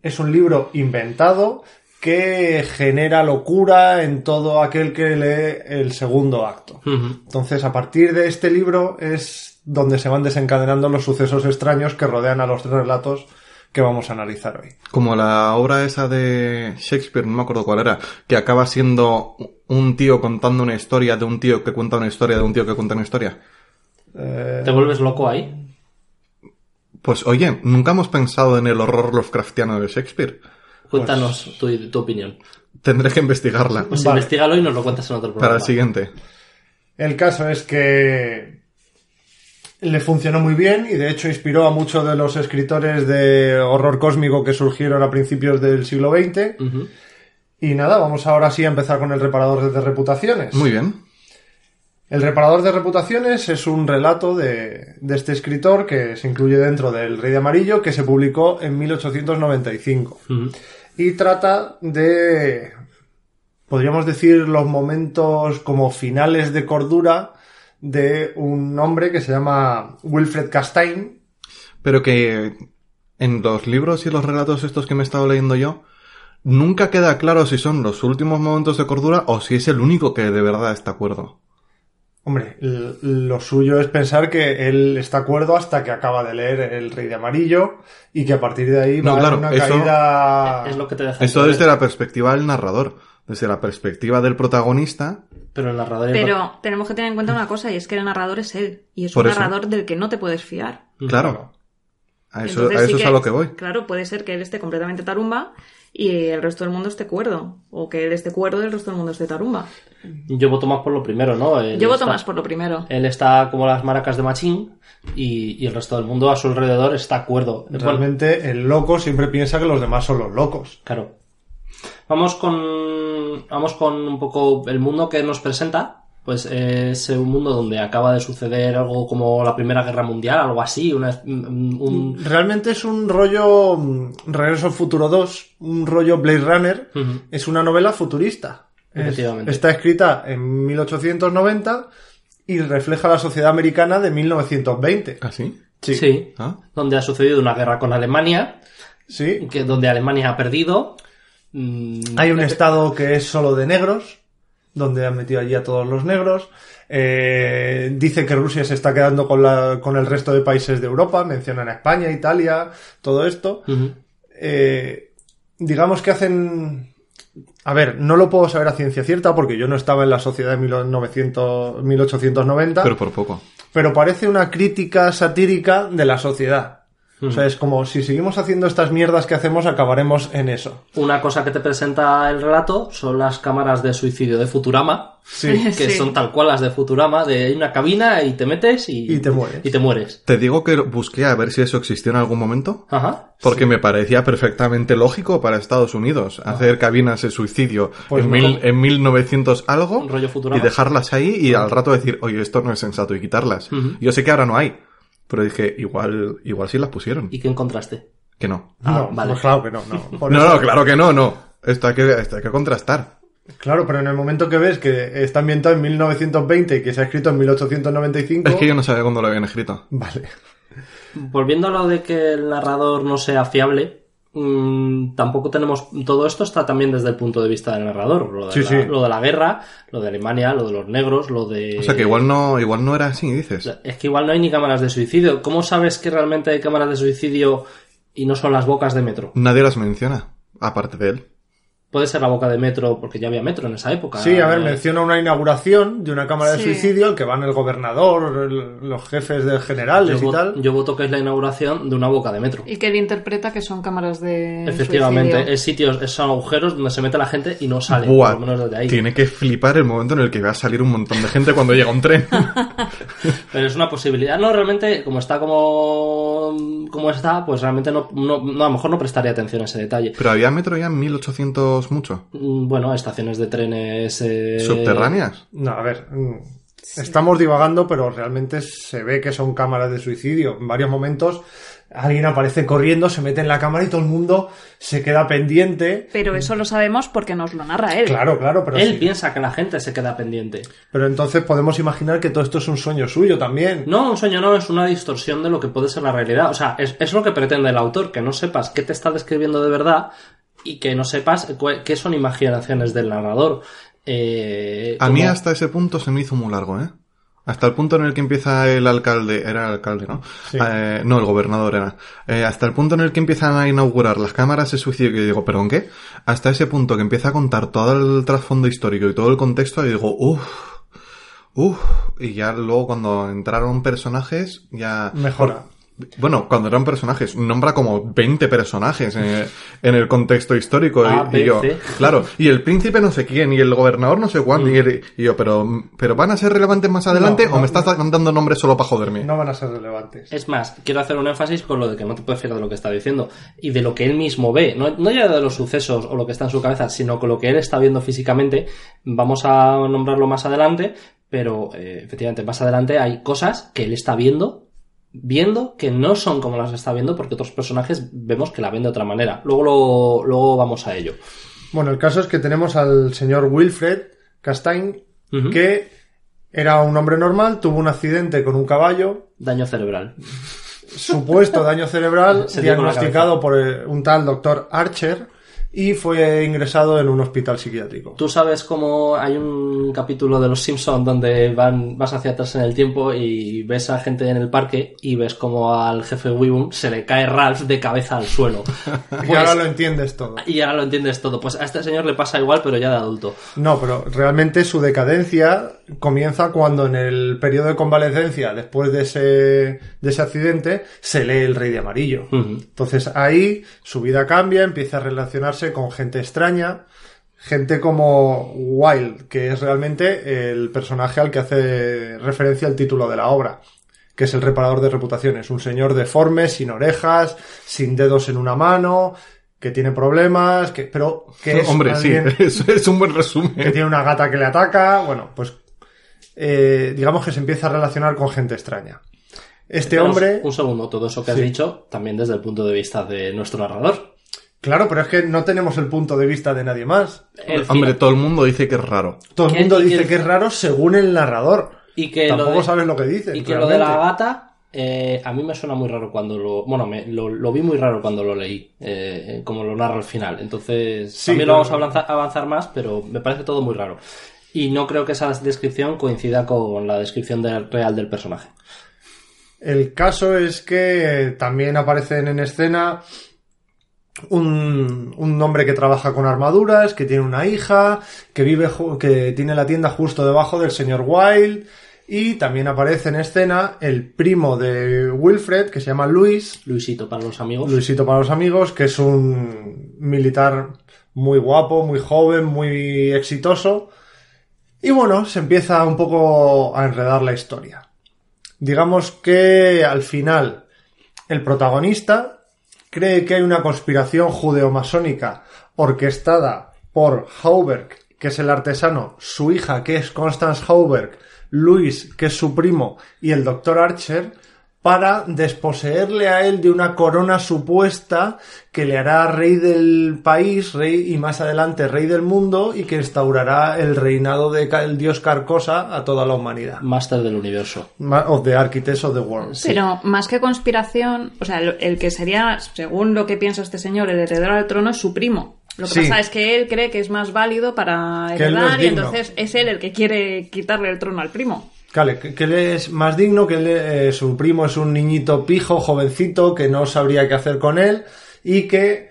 Es un libro inventado que genera locura en todo aquel que lee el segundo acto. Ujú. Entonces, a partir de este libro es donde se van desencadenando los sucesos extraños que rodean a los tres relatos que vamos a analizar hoy. Como la obra esa de Shakespeare, no me acuerdo cuál era, que acaba siendo un tío contando una historia de un tío que cuenta una historia de un tío que cuenta una historia. Eh, ¿Te vuelves loco ahí? Pues oye, nunca hemos pensado en el horror Lovecraftiano de Shakespeare. Cuéntanos tu, tu opinión. Tendré que investigarla Pues Vale. investigalo y nos lo cuentas en otro para programa. el siguiente. El caso es que le funcionó muy bien y de hecho inspiró a muchos de los escritores de horror cósmico que surgieron a principios del siglo XX. Ujú. Y nada, vamos ahora sí a empezar con el reparador de reputaciones. Muy bien. El reparador de reputaciones es un relato de, de este escritor que se incluye dentro del Rey de Amarillo que se publicó en 1895 Ujú. y trata de, podríamos decir, los momentos como finales de cordura de un hombre que se llama Wilfred Castaigne. Pero que en los libros y los relatos estos que me he estado leyendo yo, nunca queda claro si son los últimos momentos de cordura o si es el único que de verdad está acuerdo. Hombre, l- lo suyo es pensar que él está acuerdo hasta que acaba de leer El Rey de Amarillo y que a partir de ahí No, va claro, en una eso- caída... Es lo que te deja. Eso entender. desde la perspectiva del narrador, desde la perspectiva del protagonista. Pero el narrador. Pero tenemos que tener en cuenta una cosa, y es que el narrador es él. Y es Por un eso. narrador del que no te puedes fiar. Claro. A eso, Entonces a sí eso es a lo que voy. Claro, puede ser que él esté completamente tarumba y el resto del mundo esté cuerdo. O que él esté cuerdo y el resto del mundo esté tarumba. Yo voto más por lo primero, ¿no? Eh, Él Yo voto está- más por lo primero. Él está como las maracas de Machín y, y el resto del mundo a su alrededor está acuerdo. Bueno, Realmente el loco siempre piensa que los demás son los locos. Claro. Vamos con. Vamos con un poco el mundo que nos presenta. Pues eh, es un mundo donde acaba de suceder algo como la Primera Guerra Mundial, algo así, una- un- Mm, un- Realmente es un rollo mm, Regreso al Futuro 2, un rollo Blade Runner. Ujú. Es una novela futurista. Es- Efectivamente. está escrita en 1890 y refleja la sociedad americana de 1920. ¿Así? sí, ¿Ah? donde ha sucedido una guerra con Alemania, Sí. que, donde Alemania ha perdido. Mm, Hay un estado que es solo de negros, donde han metido allí a todos los negros. Eh, dice que Rusia se está quedando con, la- con el resto de países de Europa, mencionan a España, Italia, todo esto. Ujú. eh, digamos que hacen... A ver, no lo puedo saber a ciencia cierta porque yo no estaba en la sociedad de 1900, 1890, Pero pero, por poco. parece una crítica satírica de la sociedad. O sea, es como si seguimos haciendo estas mierdas que hacemos, acabaremos en eso. Una cosa que te presenta el relato son las cámaras de suicidio de Futurama, Sí. que son tal cual las de Futurama, de hay una cabina y te metes y, Y te mueres. Y te mueres. Te digo que busqué a ver si eso existió en algún momento. Ajá. Porque me parecía perfectamente lógico para Estados Unidos Ah. hacer cabinas de suicidio Pues en, no. mil, en 1900 algo Un rollo Futurama. y dejarlas ahí y al rato decir, oye, esto no es sensato y quitarlas. Ujú. Yo sé que ahora no hay, pero dije, igual, igual sí las pusieron. ¿Y qué encontraste? Que no. Ah, no, vale. pues claro que no, no. Por no, eso- no, claro que no, no. Esto hay que, esto hay que contrastar. Claro, pero en el momento que ves que está ambientado en 1920 y que se ha escrito en 1895... Es que yo no sabía cuándo lo habían escrito. Vale. Volviendo a lo de que el narrador no sea fiable, mm, tampoco tenemos. Todo esto está también desde el punto de vista del narrador. Lo de, Sí, la, sí. lo de la guerra, lo de Alemania, lo de los negros, lo de. O sea que igual no, igual no era así, dices. Es que igual no hay ni cámaras de suicidio. ¿Cómo sabes que realmente hay cámaras de suicidio y no son las bocas de metro? Nadie las menciona, aparte de él. Puede ser la boca de metro, porque ya había metro en esa época. Sí, a ver, Eh, menciona una inauguración de una cámara de Sí. suicidio al que van el gobernador, el- los jefes de generales yo, y vo- tal. yo voto que es la inauguración de una boca de metro. Y que él interpreta que son cámaras de. Efectivamente, suicidio. es sitios, es- son agujeros donde se mete la gente y no sale, Buah, por lo menos desde ahí. tiene que flipar el momento en el que va a salir un montón de gente cuando llega un tren. Pero es una posibilidad. No, realmente, como está como, como está, pues realmente no, no, no, a lo mejor no prestaría atención a ese detalle. Pero había metro ya en 1800 mucho. Mm, Bueno, estaciones de trenes... eh, ¿Subterráneas? No, a ver, mm, estamos divagando, pero realmente se ve que son cámaras de suicidio. En varios momentos alguien aparece corriendo, se mete en la cámara y todo el mundo se queda pendiente. Pero eso lo sabemos porque nos lo narra él. Claro, claro, pero Él sí. piensa que la gente se queda pendiente. Pero entonces podemos imaginar que todo esto es un sueño suyo también. No, un sueño no es una distorsión de lo que puede ser la realidad. O sea, es, es lo que pretende el autor, que no sepas qué te está describiendo de verdad y que no sepas cu- qué son imaginaciones del narrador. Eh, A mí como- hasta ese punto se me hizo muy largo, ¿eh? Hasta el punto en el que empieza el alcalde, era el alcalde, ¿no? Sí. Eh, no, el gobernador era. Eh, hasta el punto en el que empiezan a inaugurar las cámaras de suicidio, que yo digo, ¿pero en qué? Hasta ese punto que empieza a contar todo el trasfondo histórico y todo el contexto, y digo, uff, uff, y ya luego cuando entraron personajes, ya... Mejora. Bueno, cuando eran personajes, nombra como 20 personajes en, en el contexto histórico. y- Ah, A, y, B, yo, C. claro, y el príncipe no sé quién, y el gobernador no sé cuándo. Y, el- y yo, pero, pero ¿van a ser relevantes más adelante Mm. No, o no, me estás dando nombres solo para joderme? No van a ser relevantes. Es más, quiero hacer un énfasis con lo de que no te puedes fiar de lo que está diciendo y de lo que él mismo ve, no, no ya de los sucesos o lo que está en su cabeza, sino con lo que él está viendo físicamente. Vamos a nombrarlo más adelante, pero eh, efectivamente más adelante hay cosas que él está viendo, viendo que no son como las está viendo porque otros personajes vemos que la ven de otra manera. Luego, lo- luego vamos a ello. Bueno, el caso es que tenemos al señor Wilfred Castain, Ujú. que era un hombre normal, tuvo un accidente con un caballo, Daño cerebral. supuesto daño cerebral, Se dio con la diagnosticado por eh, un tal doctor Archer, y fue ingresado en un hospital psiquiátrico. Tú sabes cómo hay un capítulo de Los Simpsons donde van, vas hacia atrás en el tiempo y ves a gente en el parque y ves como al jefe Weeboom se le cae Ralph de cabeza al suelo. y Pues- ahora lo entiendes todo. y ahora lo entiendes todo. Pues a este señor le pasa igual, pero ya de adulto. No, pero realmente su decadencia comienza cuando en el periodo de convalecencia, después de ese, de ese accidente, se lee El Rey de Amarillo. Ujú. Entonces ahí su vida cambia, empieza a relacionarse con gente extraña, gente como Wild, que es realmente el personaje al que hace referencia el título de la obra, que es el reparador de reputaciones, un señor deforme, sin orejas, sin dedos en una mano, que tiene problemas, que pero que es Hombre, alguien- sí, es, es un buen que resumen. tiene una gata que le ataca, bueno, pues eh, digamos que se empieza a relacionar con gente extraña. Este Pero hombre, Un segundo, todo eso que has Sí. dicho, también desde el punto de vista de nuestro narrador. claro, pero es que no tenemos el punto de vista de nadie más. El Hombre, final. todo el mundo dice que es raro. Todo el ¿Qué- mundo y dice qué- que es raro según el narrador. y que lo Tampoco de- sabes lo que dice. Y que lo de la gata, eh, a mí me suena muy raro cuando lo. Bueno, me- lo, lo vi muy raro cuando lo leí, eh, como lo narra al final. Entonces, Sí, también pero- lo vamos a avanzar, avanzar más, pero me parece todo muy raro. Y no creo que esa descripción coincida con la descripción del- real del personaje. El caso es que también aparecen en escena un, un hombre que trabaja con armaduras, que tiene una hija, que vive, ju- que tiene la tienda justo debajo del señor Wild. Y también aparece en escena el primo de Wilfred, que se llama Luis, Luisito para los amigos. Luisito para los amigos, que es un militar muy guapo, muy joven, muy exitoso. Y bueno, se empieza un poco a enredar la historia. Digamos que al final el protagonista cree que hay una conspiración judeomasónica orquestada por Hauberg, que es el artesano, su hija, que es Constance Hauberg, Luis, que es su primo, y el doctor Archer, para desposeerle a él de una corona supuesta que le hará rey del país, rey y más adelante rey del mundo, y que instaurará el reinado del dios Carcosa a toda la humanidad. Máster del universo. Ma- Of the Architects of the World. Pero más que conspiración, o sea, el, el que sería, según lo que piensa este señor, el heredero al trono es su primo. Lo que Sí. pasa es que él cree que es más válido para Que él no es heredar y digno. entonces es él el que quiere quitarle el trono al primo. Claro, que, que él es más digno, que él, eh, su primo es un niñito pijo, jovencito, que no sabría qué hacer con él y que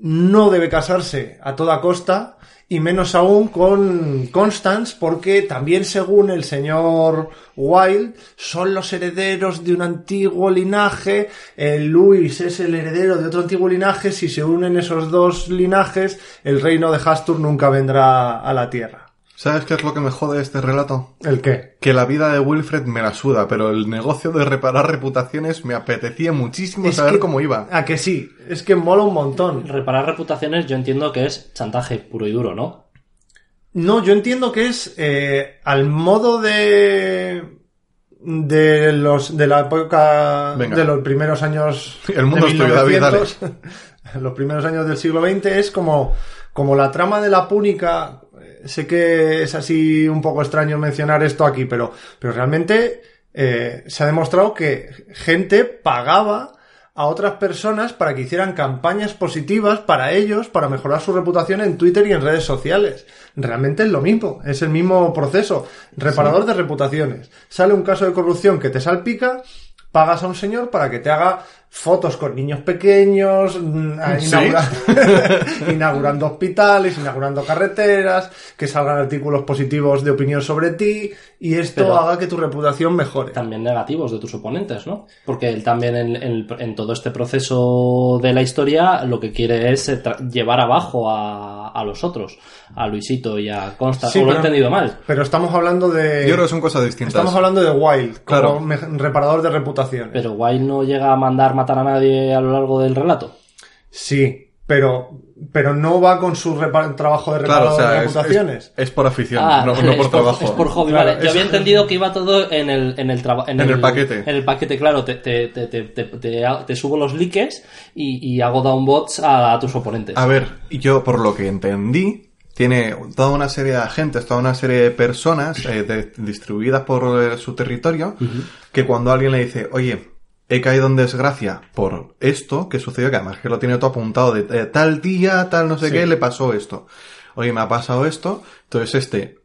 no debe casarse a toda costa y menos aún con Constance porque también según el señor Wilde son los herederos de un antiguo linaje, eh, Luis es el heredero de otro antiguo linaje, si se unen esos dos linajes el reino de Hastur nunca vendrá a la tierra. ¿Sabes qué es lo que me jode de este relato? ¿El qué? Que la vida de Wilfred me la suda, pero el negocio de reparar reputaciones me apetecía muchísimo Es saber que- cómo iba. A que sí, es que mola un montón. Reparar reputaciones, yo entiendo que es chantaje puro y duro, ¿no? No, yo entiendo que es eh, al modo de de los de la época Venga. de los primeros años El mundo de es tuyo, David, dale. 1900, los primeros años del siglo XX es como como la trama de la púnica eh, sé que es así un poco extraño mencionar esto aquí pero pero realmente eh, se ha demostrado que gente pagaba a otras personas para que hicieran campañas positivas para ellos, para mejorar su reputación en Twitter y en redes sociales. Realmente es lo mismo, es el mismo proceso. Reparador de reputaciones. Sale un caso de corrupción que te salpica, pagas a un señor para que te haga fotos con niños pequeños, mm, a ¿Sí? inaugura- inaugurando hospitales, inaugurando carreteras, que salgan artículos positivos de opinión sobre ti, y esto Pero- haga que tu reputación mejore. también negativos de tus oponentes, ¿no? Porque él también en, en- en todo este proceso de la historia lo que quiere es eh, tra- llevar abajo a, a los otros, a Luisito y a Constance. Sí, o lo he pero- entendido mal. Pero estamos hablando de... Yo creo que son cosas distintas. Estamos hablando de Wild, como Claro. me- reparador de reputaciones. Pero Wild no llega a mandar matar a nadie a lo largo del relato. Sí, pero, pero no va con su repa- trabajo de Claro, reparo o sea, de es, reputaciones. es- es por afición, Ah, no, no es por trabajo. Es por hobby, Claro, vale. Yo es- había entendido que iba todo en el, en el trabajo. En el paquete. En el paquete, claro. Te, te, te, te, te, te- te subo los likes y, y hago downbots a, a tus oponentes. A ver, yo por lo que entendí, tiene toda una serie de agentes, toda una serie de personas eh, de- distribuidas por eh, su territorio, que cuando alguien le dice, oye, he caído en desgracia por esto que sucedió, que además que lo tiene todo apuntado de eh, tal día, tal no sé qué, le pasó esto. Oye, me ha pasado esto, entonces este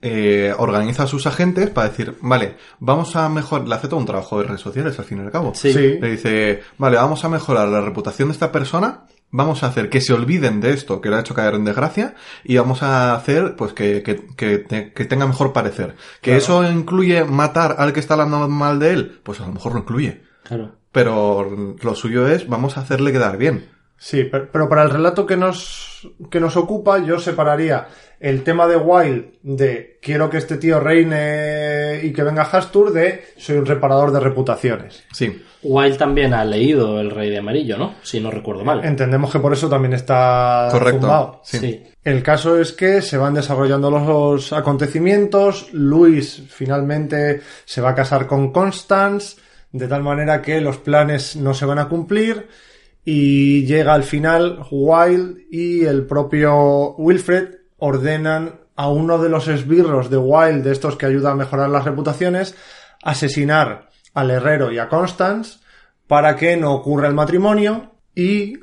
eh, organiza a sus agentes para decir, vale, vamos a mejorar, le hace todo un trabajo de redes sociales al fin y al cabo. Sí. Sí. Le dice, vale, vamos a mejorar la reputación de esta persona, vamos a hacer que se olviden de esto, que le ha hecho caer en desgracia, y vamos a hacer pues que, que, que te- que tenga mejor parecer. Que eso incluye matar al que está hablando mal de él, pues a lo mejor lo incluye. Claro. Pero lo suyo es, vamos a hacerle quedar bien. Sí, per- pero, para el relato que nos, que nos ocupa, yo separaría el tema de Wild de quiero que este tío reine y que venga Hastur de soy un reparador de reputaciones. Sí. Wild también ha leído El Rey de Amarillo, ¿no? Si no recuerdo mal. Entendemos que por eso también está Correcto. zumbao. Sí. El caso es que se van desarrollando los, los acontecimientos. Luis finalmente se va a casar con Constance, de tal manera que los planes no se van a cumplir. Y llega al final Wild y el propio Wilfred ordenan a uno de los esbirros de Wild, de estos que ayuda a mejorar las reputaciones, asesinar al herrero y a Constance para que no ocurra el matrimonio y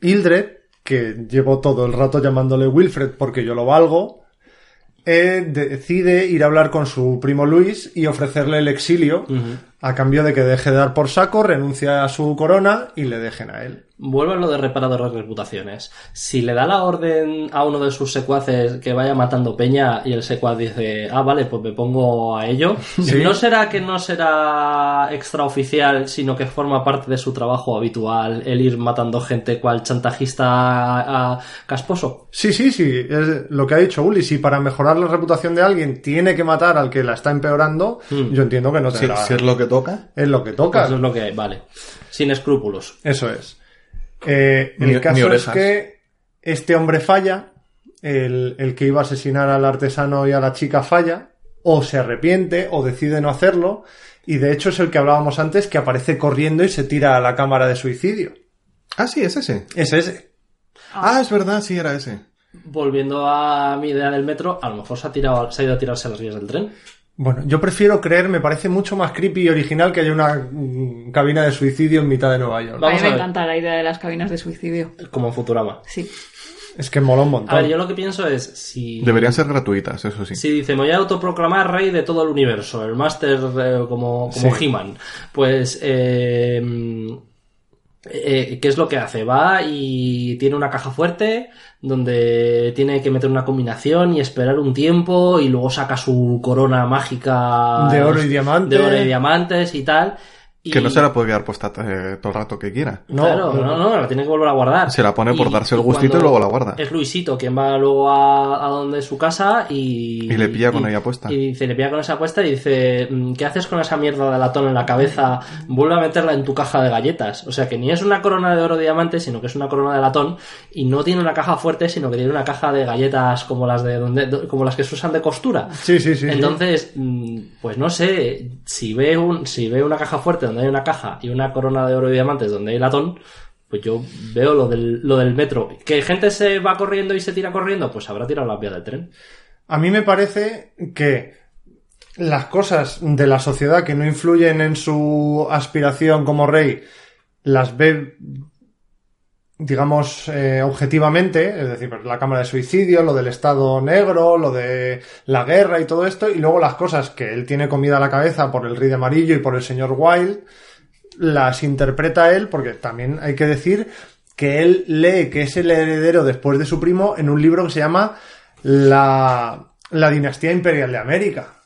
Hildred, que llevo todo el rato llamándole Wilfred porque yo lo valgo, eh, decide ir a hablar con su primo Luis y ofrecerle el exilio a cambio de que deje de dar por saco, renuncia a su corona y le dejen a él. Vuelvo a lo de reparador de reputaciones. Si le da la orden a uno de sus secuaces que vaya matando peña y el secuaz dice, ah, vale, pues me pongo a ello, ¿no será que no será extraoficial, sino que forma parte de su trabajo habitual el ir matando gente cual chantajista ah, casposo? Sí, sí, sí, es lo que ha dicho Uli. Si para mejorar la reputación de alguien tiene que matar al que la está empeorando, yo entiendo que no Si, tendrá... si es lo que toca. es lo que toca. Eso Pues es lo que hay, vale. Sin escrúpulos. Eso es. Eh, Ni- el ni caso es orejas. que este hombre falla, el, el que iba a asesinar al artesano y a la chica falla, o se arrepiente o decide no hacerlo, y de hecho es el que hablábamos antes que aparece corriendo y se tira a la cámara de suicidio. Ah, sí, es ese. Es ese. Ah, es verdad, sí, era ese. Volviendo a mi idea del metro, a lo mejor se ha, tirado, se ha ido a tirarse a las vías del tren. Bueno, yo prefiero creer, me parece mucho más creepy y original que haya una mm, cabina de suicidio en mitad de Nueva York. Va. a mí Vamos me a ver. encanta la idea de las cabinas de suicidio. Como en Futurama. Sí. Es que mola un montón. A ver, yo lo que pienso es, si... Deberían ser gratuitas, eso sí. Si dice, me voy a autoproclamar rey de todo el universo, el máster eh, como, como He-Man, pues, eh, eh, ¿qué es lo que hace? Va y tiene una caja fuerte donde tiene que meter una combinación y esperar un tiempo y luego saca su corona mágica De oro y diamante. de oro y diamantes y tal. y- Que no se la puede quedar puesta eh, todo el rato que quiera. No, claro, no, no, no, la tiene que volver a guardar. Se la pone por darse el gustito y cuando luego la guarda. Es Luisito quien va luego a, a donde es su casa y. Y le pilla con ella puesta. Y dice, le pilla con esa puesta y dice: mm, ¿Qué haces con esa mierda de latón en la cabeza? Vuelve a meterla en tu caja de galletas. O sea que ni es una corona de oro diamante, sino que es una corona de latón y no tiene una caja fuerte, sino que tiene una caja de galletas como las, de donde, do- como las que se usan de costura. Sí, sí, sí. sí. Entonces, mm, pues no sé, si ve, un, si ve una caja fuerte donde hay una caja y una corona de oro y diamantes donde hay latón, pues yo veo lo del, lo del metro. ¿Que gente se va corriendo y se tira corriendo? Pues habrá tirado las vías del tren. A mí me parece que las cosas de la sociedad que no influyen en su aspiración como rey las ve, digamos, eh, objetivamente, es decir, pues, la Cámara de Suicidio, lo del Estado Negro, lo de la guerra y todo esto, y luego las cosas que él tiene comida a la cabeza por el Rey de Amarillo y por el señor Wilde, las interpreta él, porque también hay que decir que él lee que es el heredero después de su primo en un libro que se llama La, la dinastía imperial de América,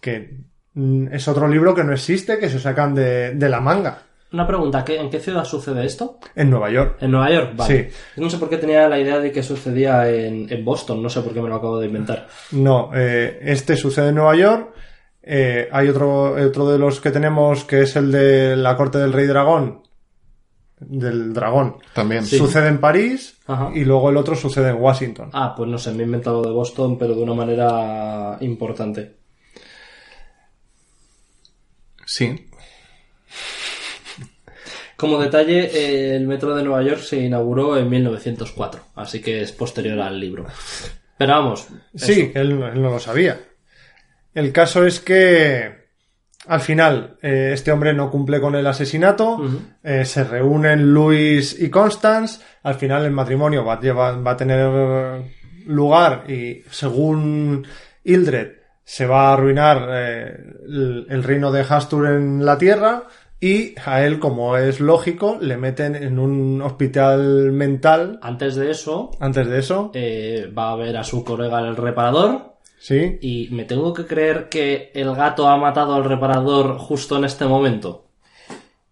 que mm, es otro libro que no existe, que se sacan de, de la manga, Una pregunta, ¿qué- ¿en qué ciudad sucede esto? en Nueva York. ¿En Nueva York? Vale. Sí. Yo No sé por qué tenía la idea de que sucedía en, en Boston, no sé por qué me lo acabo de inventar. No, eh, este sucede en Nueva York. Eh, hay otro, otro de los que tenemos que es el de la corte del rey dragón. del dragón. También. Sucede en París Ajá. y luego el otro sucede en Washington. Ah, pues no sé, me he inventado de Boston, pero de una manera importante. Sí. Como detalle, eh, el metro de Nueva York se inauguró en 1904, así que es posterior al libro. Pero vamos, Sí, él, él no lo sabía. El caso es que al final eh, este hombre no cumple con el asesinato, eh, se reúnen Luis y Constance, al final el matrimonio va a, llevar- va a tener lugar y según Hildred se va a arruinar eh, el, el reino de Hastur en la tierra y a él, como es lógico, le meten en un hospital mental antes de eso, antes de eso. eh, va a ver a su colega el reparador. Sí. Y me tengo que creer que el gato ha matado al reparador justo en este momento.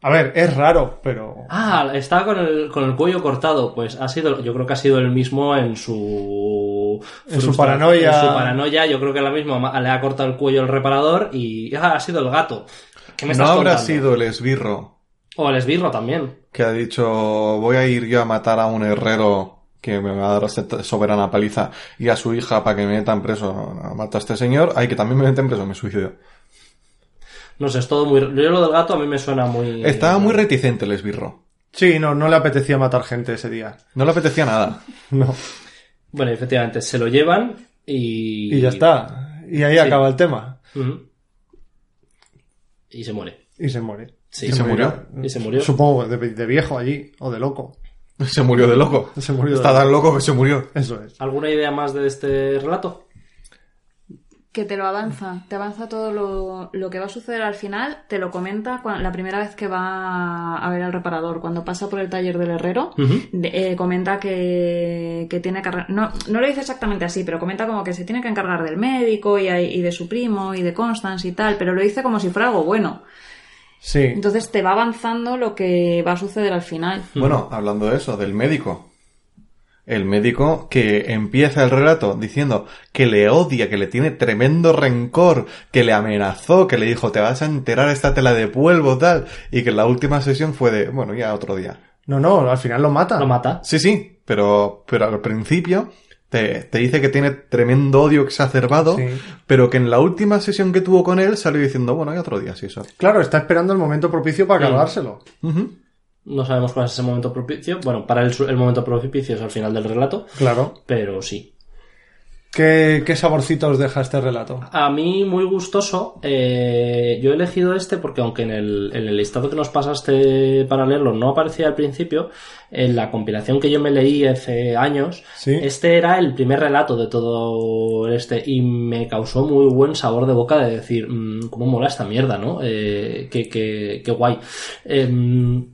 A ver, es raro, pero... Ah, estaba con el, con el cuello cortado. Pues ha sido, yo creo que ha sido el mismo en su. En su frustra- paranoia. En su paranoia, yo creo que la misma ma- le ha cortado el cuello el reparador y. Ah, ha sido el gato. ¿Qué me ¿No estás habrá contando? sido el esbirro O el esbirro también. que ha dicho voy a ir yo a matar a un herrero que me va a dar se- soberana paliza y a su hija para que me metan preso? Mata a este señor, hay que también me meten preso, me suicido. No sé, es todo muy. Yo lo del gato a mí me suena muy. Estaba muy reticente el esbirro. Sí, no, no le apetecía matar gente ese día. No le apetecía nada. No. Bueno, efectivamente, se lo llevan y. Y ya está. Y ahí acaba el tema. Ujú. Y se muere. Y se muere. Sí. ¿Y se murió? Y se murió. Supongo, de, de viejo allí, o de loco. Se murió de loco. Se murió de Está loco. tan loco que se murió. Eso es. ¿Alguna idea más de este relato? que te lo avanza, te avanza todo lo, lo que va a suceder al final, te lo comenta cua- la primera vez que va a ver al reparador, cuando pasa por el taller del herrero, de- eh, comenta que, que tiene que... arre- No, no lo dice exactamente así, pero comenta como que se tiene que encargar del médico y, ahí- y de su primo y de Constance y tal, pero lo dice como si fuera algo bueno. Sí. Entonces te va avanzando lo que va a suceder al final. Bueno, hablando de eso, del médico. El médico que empieza el relato diciendo que le odia, que le tiene tremendo rencor, que le amenazó, que le dijo te vas a enterar esta tela de polvo tal, y que la última sesión fue de, bueno, ya otro día. No, no, al final lo mata. Lo mata. Sí, sí, pero, pero al principio te, te dice que tiene tremendo odio exacerbado, Sí. pero que en la última sesión que tuvo con él salió diciendo, bueno, ya otro día, sí, eso. Claro, está esperando el momento propicio para cargárselo. Ujú. No sabemos cuál es ese momento propicio. Bueno, para él su- el momento propicio es al final del relato, Claro. pero sí. ¿Qué, qué saborcito os deja este relato? A mí muy gustoso. eh, yo he elegido este porque aunque en el, en el listado que nos pasaste para leerlo no aparecía al principio, en la compilación que yo me leí hace años, Sí. este era el primer relato de todo este y me causó muy buen sabor de boca de decir, "Mm, cómo mola esta mierda, ¿no? Eh, qué, qué- qué guay. Em,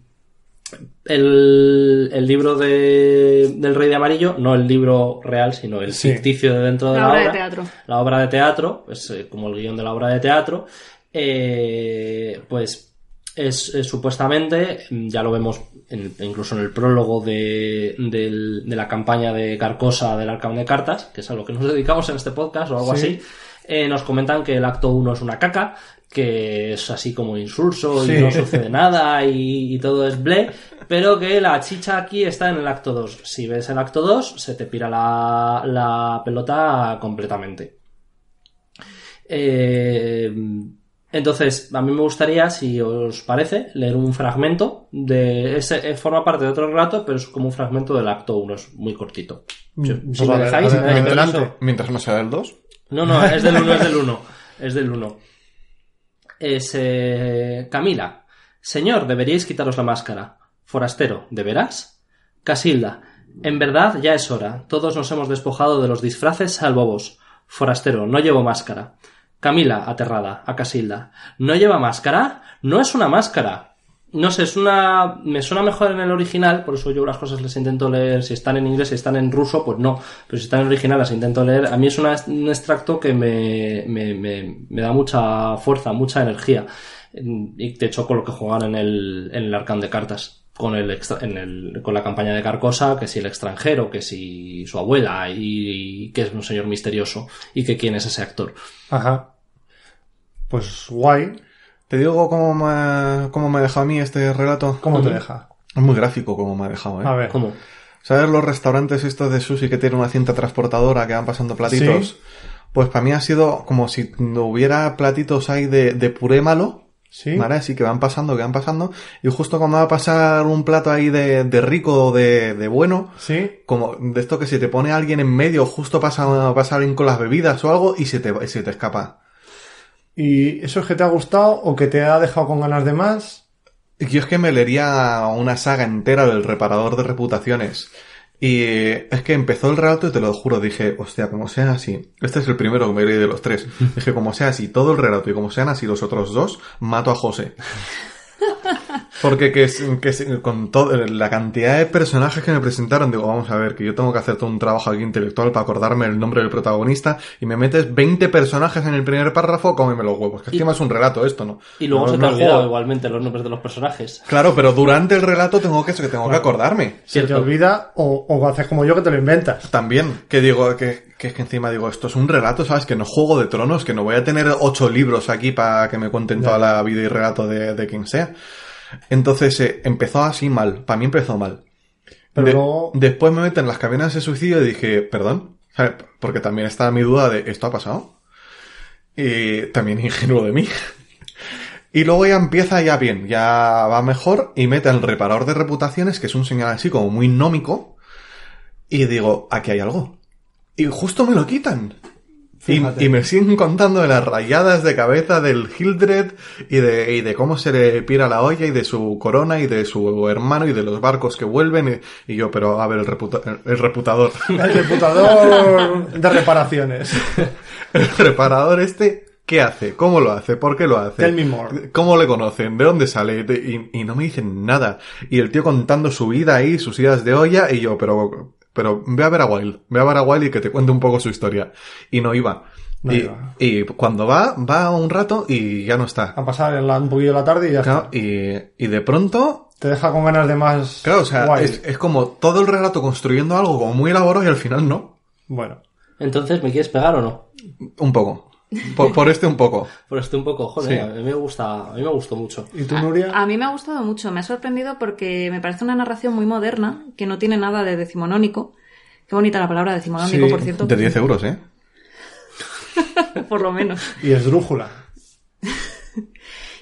el, el libro de, del Rey de Amarillo, no el libro real, sino el Sí. ficticio de dentro de La la, obra de teatro. la obra de teatro, pues, eh, como el guión de la obra de teatro, eh, pues es, es supuestamente, mm, ya lo vemos en- incluso en el prólogo de, del- de la campaña de Carcosa del Arcán de Cartas, que es a lo que nos dedicamos en este podcast o algo Sí. así, eh, nos comentan que el acto 1 es una caca, que es así como insulso Sí. y no sucede nada y, y todo es ble, pero que la chicha aquí está en el acto 2. Si ves el acto 2, se te pira la, la pelota completamente. Eh, entonces, a mí me gustaría, si os parece, leer un fragmento de ese eh, forma parte de otro relato, pero es como un fragmento del acto 1, es muy cortito. Si, Mm, si pues me a ver, dejáis, a ver, me dejáis adelante. eso. Mientras no sea el 2. No, no, es del 1, es del 1. Es del 1. Es eh, Camila. Señor, deberíais quitaros la máscara. Forastero, ¿de veras? Casilda. En verdad ya es hora. Todos nos hemos despojado de los disfraces salvo vos. Forastero, no llevo máscara. Camila, aterrada, a Casilda. ¿No lleva máscara? No es una máscara. No sé, es una. Me suena mejor en el original, por eso yo las cosas les intento leer. Si están en inglés, si están en ruso, pues no. Pero si están en original, las intento leer. A mí es una- un extracto que me, me, me, me da mucha fuerza, mucha energía. Y de hecho, con lo que jugaban en el, en el arcán de cartas. Con, el, extra- en el- con la campaña de Carcosa, que si el extranjero, que si su abuela, y, y que es un señor misterioso, y que quién es ese actor. Ajá. Pues guay. Te digo cómo me, ha- cómo me ha dejado a mí este relato. ¿Cómo te deja? Es muy gráfico como me ha dejado, ¿eh? A ver. ¿Cómo? ¿Sabes los restaurantes estos de sushi que tienen una cinta transportadora que van pasando platitos? Sí. Pues para mí ha sido como si no hubiera platitos ahí de, de puré malo. Sí. ¿Vale? Así que van pasando, que van pasando. Y justo cuando va a pasar un plato ahí de, de rico o de, de bueno, Sí. como de esto que si te pone alguien en medio, justo pasa, pasa alguien con las bebidas o algo y se te, se te escapa. ¿Y eso es que te ha gustado o que te ha dejado con ganas de más? Y Yo es que me leería una saga entera del reparador de reputaciones. Y eh, es que empezó el relato y te lo juro, dije, hostia, como sea así, este es el primero que me leí de los tres. Dije, como sea así, todo el relato y como sean así los otros dos, mato a José. Porque que, es- que es- con todo, la cantidad de personajes que me presentaron, digo, vamos a ver, que yo tengo que hacer todo un trabajo aquí intelectual para acordarme el nombre del protagonista y me metes 20 personajes en el primer párrafo, cómeme los huevos, que Y- encima es un relato esto, ¿no? Y luego No- se te no ha es olvidado juego. igualmente los nombres de los personajes. Claro, pero durante el relato tengo que, que, tengo que acordarme. Se te Cierto. olvida o, o haces como yo que te lo inventas. También, que digo, que, que es que encima digo, esto es un relato, ¿sabes? Que no es juego de tronos, que no voy a tener ocho libros aquí para que me cuenten toda la vida y relato de, de quien sea. Entonces, eh, empezó así mal, para mí empezó mal. Pero De- luego- Después me meten en las cabinas de suicidio y dije, perdón, ¿sabes? Porque también estaba mi duda de, ¿esto ha pasado? Y también ingenuo de mí. Y luego ya empieza ya bien, ya va mejor y mete el reparador de reputaciones, que es un señal así como muy nómico. Y digo, aquí hay algo. Y justo me lo quitan. Y, Fíjate. y me siguen contando de las rayadas de cabeza del Hildred y de, y de cómo se le pira la olla y de su corona y de su hermano y de los barcos que vuelven. Y, y yo, pero a ver, el, reputa- el- el reputador, El diputador de reparaciones. el reparador este, ¿qué hace? ¿Cómo lo hace? ¿Por qué lo hace? Tell me more. ¿Cómo le conocen? ¿De dónde sale? De- y, y no me dicen nada. Y el tío contando su vida ahí, sus idas de olla, y yo, pero, pero ve a ver a Wild, ve a ver a Wild y que te cuente un poco su historia. Y no iba. No y, iba. y cuando va, va un rato y ya no está. A pasar la- un poquillo la tarde y ya Claro, está. y, y de pronto, Te deja con ganas de más. claro, o sea, guay. es, es como todo el relato construyendo algo como muy elaborado y al final no. Bueno. Entonces, ¿me quieres pegar o no? Un poco. Por, por este un poco. Pero estoy un poco, joder, Sí. a mí me gusta, a mí me gustó mucho. ¿Y tú, Nuria? Ah, A mí me ha gustado mucho, me ha sorprendido porque me parece una narración muy moderna, que no tiene nada de decimonónico. Qué bonita la palabra decimonónico, Sí, por cierto, De 10 euros, ¿eh? por lo menos. Y esdrújula.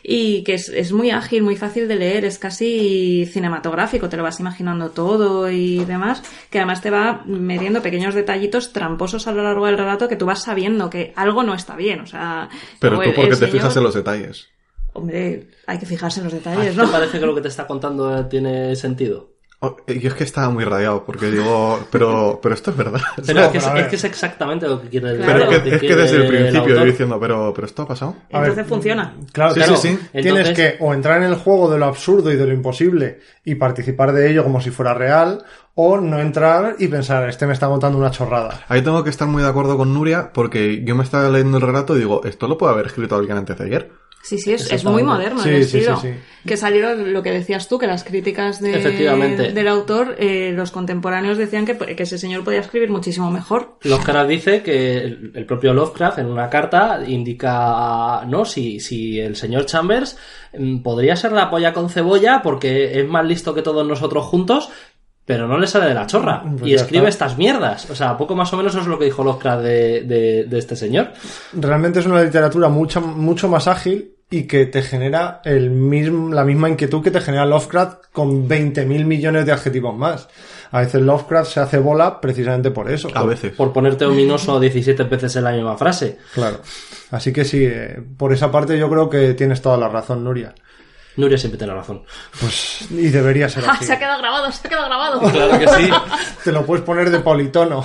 Y que es, es muy ágil, muy fácil de leer, es casi cinematográfico, te lo vas imaginando todo y demás, que además te va metiendo pequeños detallitos tramposos a lo largo del relato que tú vas sabiendo que algo no está bien, o sea... Pero o tú el- porque Pues el te señor- fijas en los detalles. Hombre, hay que fijarse en los ¿A ti detalles, te ¿no? parece que lo que te está contando eh, tiene sentido? Oh, eh, Yo es que estaba muy rayado porque digo, pero, pero esto es verdad. Pero es, que es, pero a ver. es que es exactamente lo que quiere decir. Pero es lo que, es que quiere desde el principio yo autor. diciendo, pero, pero esto ha pasado. A ver. Entonces funciona. Claro, Sí, claro. sí, sí. Tienes Entonces- que o entrar en el juego de lo absurdo y de lo imposible y participar de ello como si fuera real, o no entrar y pensar, este me está contando una chorrada. Ahí tengo que estar muy de acuerdo con Nuria porque yo me estaba leyendo el relato y digo, esto lo puede haber escrito alguien antes de ayer. Sí, sí, es, es muy moderno el Sí, sí, estilo. sí, sí. Que salieron lo que decías tú, que las críticas de- Efectivamente. del autor, eh, los contemporáneos decían que, que ese señor podía escribir muchísimo mejor. Lovecraft dice que el el propio Lovecraft en una carta indica, no, si, si el señor Chambers mm, podría ser la polla con cebolla porque es más listo que todos nosotros juntos, pero no le sale de la chorra Pues y ya escribe está. estas mierdas. O sea, poco más o menos eso es lo que dijo Lovecraft de, de- de este señor. Realmente es una literatura mucho, mucho más ágil y que te genera el mismo, la misma inquietud que te genera Lovecraft con 20.000 millones de adjetivos más. A veces Lovecraft se hace bola precisamente por eso. A veces. Por ponerte ominoso 17 veces en la misma frase. Claro. Así que sí, eh, por esa parte yo creo que tienes toda la razón, Nuria. Nuria siempre tiene razón. Pues, y debería ser ¡Ah, así. se ha quedado grabado, se ha quedado grabado! Claro que sí. Te lo puedes poner de politono.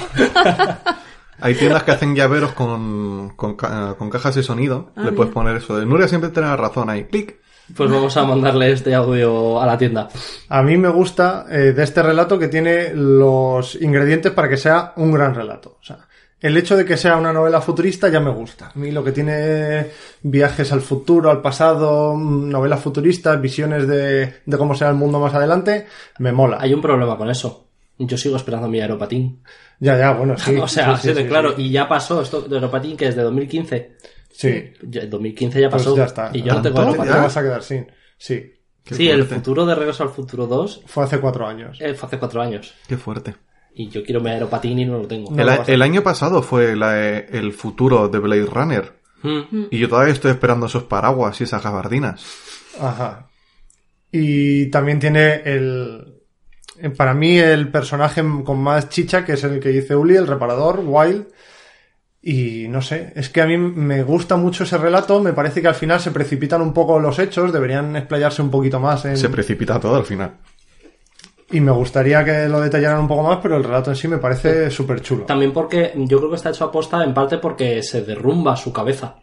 Hay tiendas que hacen llaveros con, con, ca- con cajas de sonido. Le puedes poner eso de Nuria siempre tiene la razón ahí. Clic. Pues vamos a mandarle este audio a la tienda. A mí me gusta eh, de este relato que tiene los ingredientes para que sea un gran relato. O sea, el hecho de que sea una novela futurista ya me gusta. A mí lo que tiene viajes al futuro, al pasado, mm, novelas futuristas, visiones de, de cómo será el mundo más adelante, me mola. Hay un problema con eso. Yo sigo esperando mi aeropatín. Ya, ya, bueno, sí. o sea, sí, sí, sí, sí, claro, sí. y ya pasó esto de aeropatín que es de 2015. Sí. Ya- 2015 ya Pues pasó. ya está. Y yo no tengo ¿Tanto? Te Ya. aeropatín. vas a quedar sin. Sí. Qué sí, el fuerte. futuro de Regreso al Futuro 2 Fue hace cuatro años. eh, fue hace cuatro años. Qué fuerte. Y yo quiero mi aeropatín y no lo tengo. No. el, lo a- vas a- el año pasado fue la- eh, el futuro de Blade Runner. Mm. Y yo todavía estoy esperando esos paraguas y esas gabardinas. Ajá. Y también tiene el. Para mí, el personaje con más chicha, que es el que dice Uli, el reparador, Wild. Y no sé, es que a mí me gusta mucho ese relato. Me parece que al final se precipitan un poco los hechos, deberían explayarse un poquito más. En... Se precipita todo al final. Y me gustaría que lo detallaran un poco más, pero el relato en sí me parece súper chulo. También porque yo creo que está hecho aposta en parte porque se derrumba su cabeza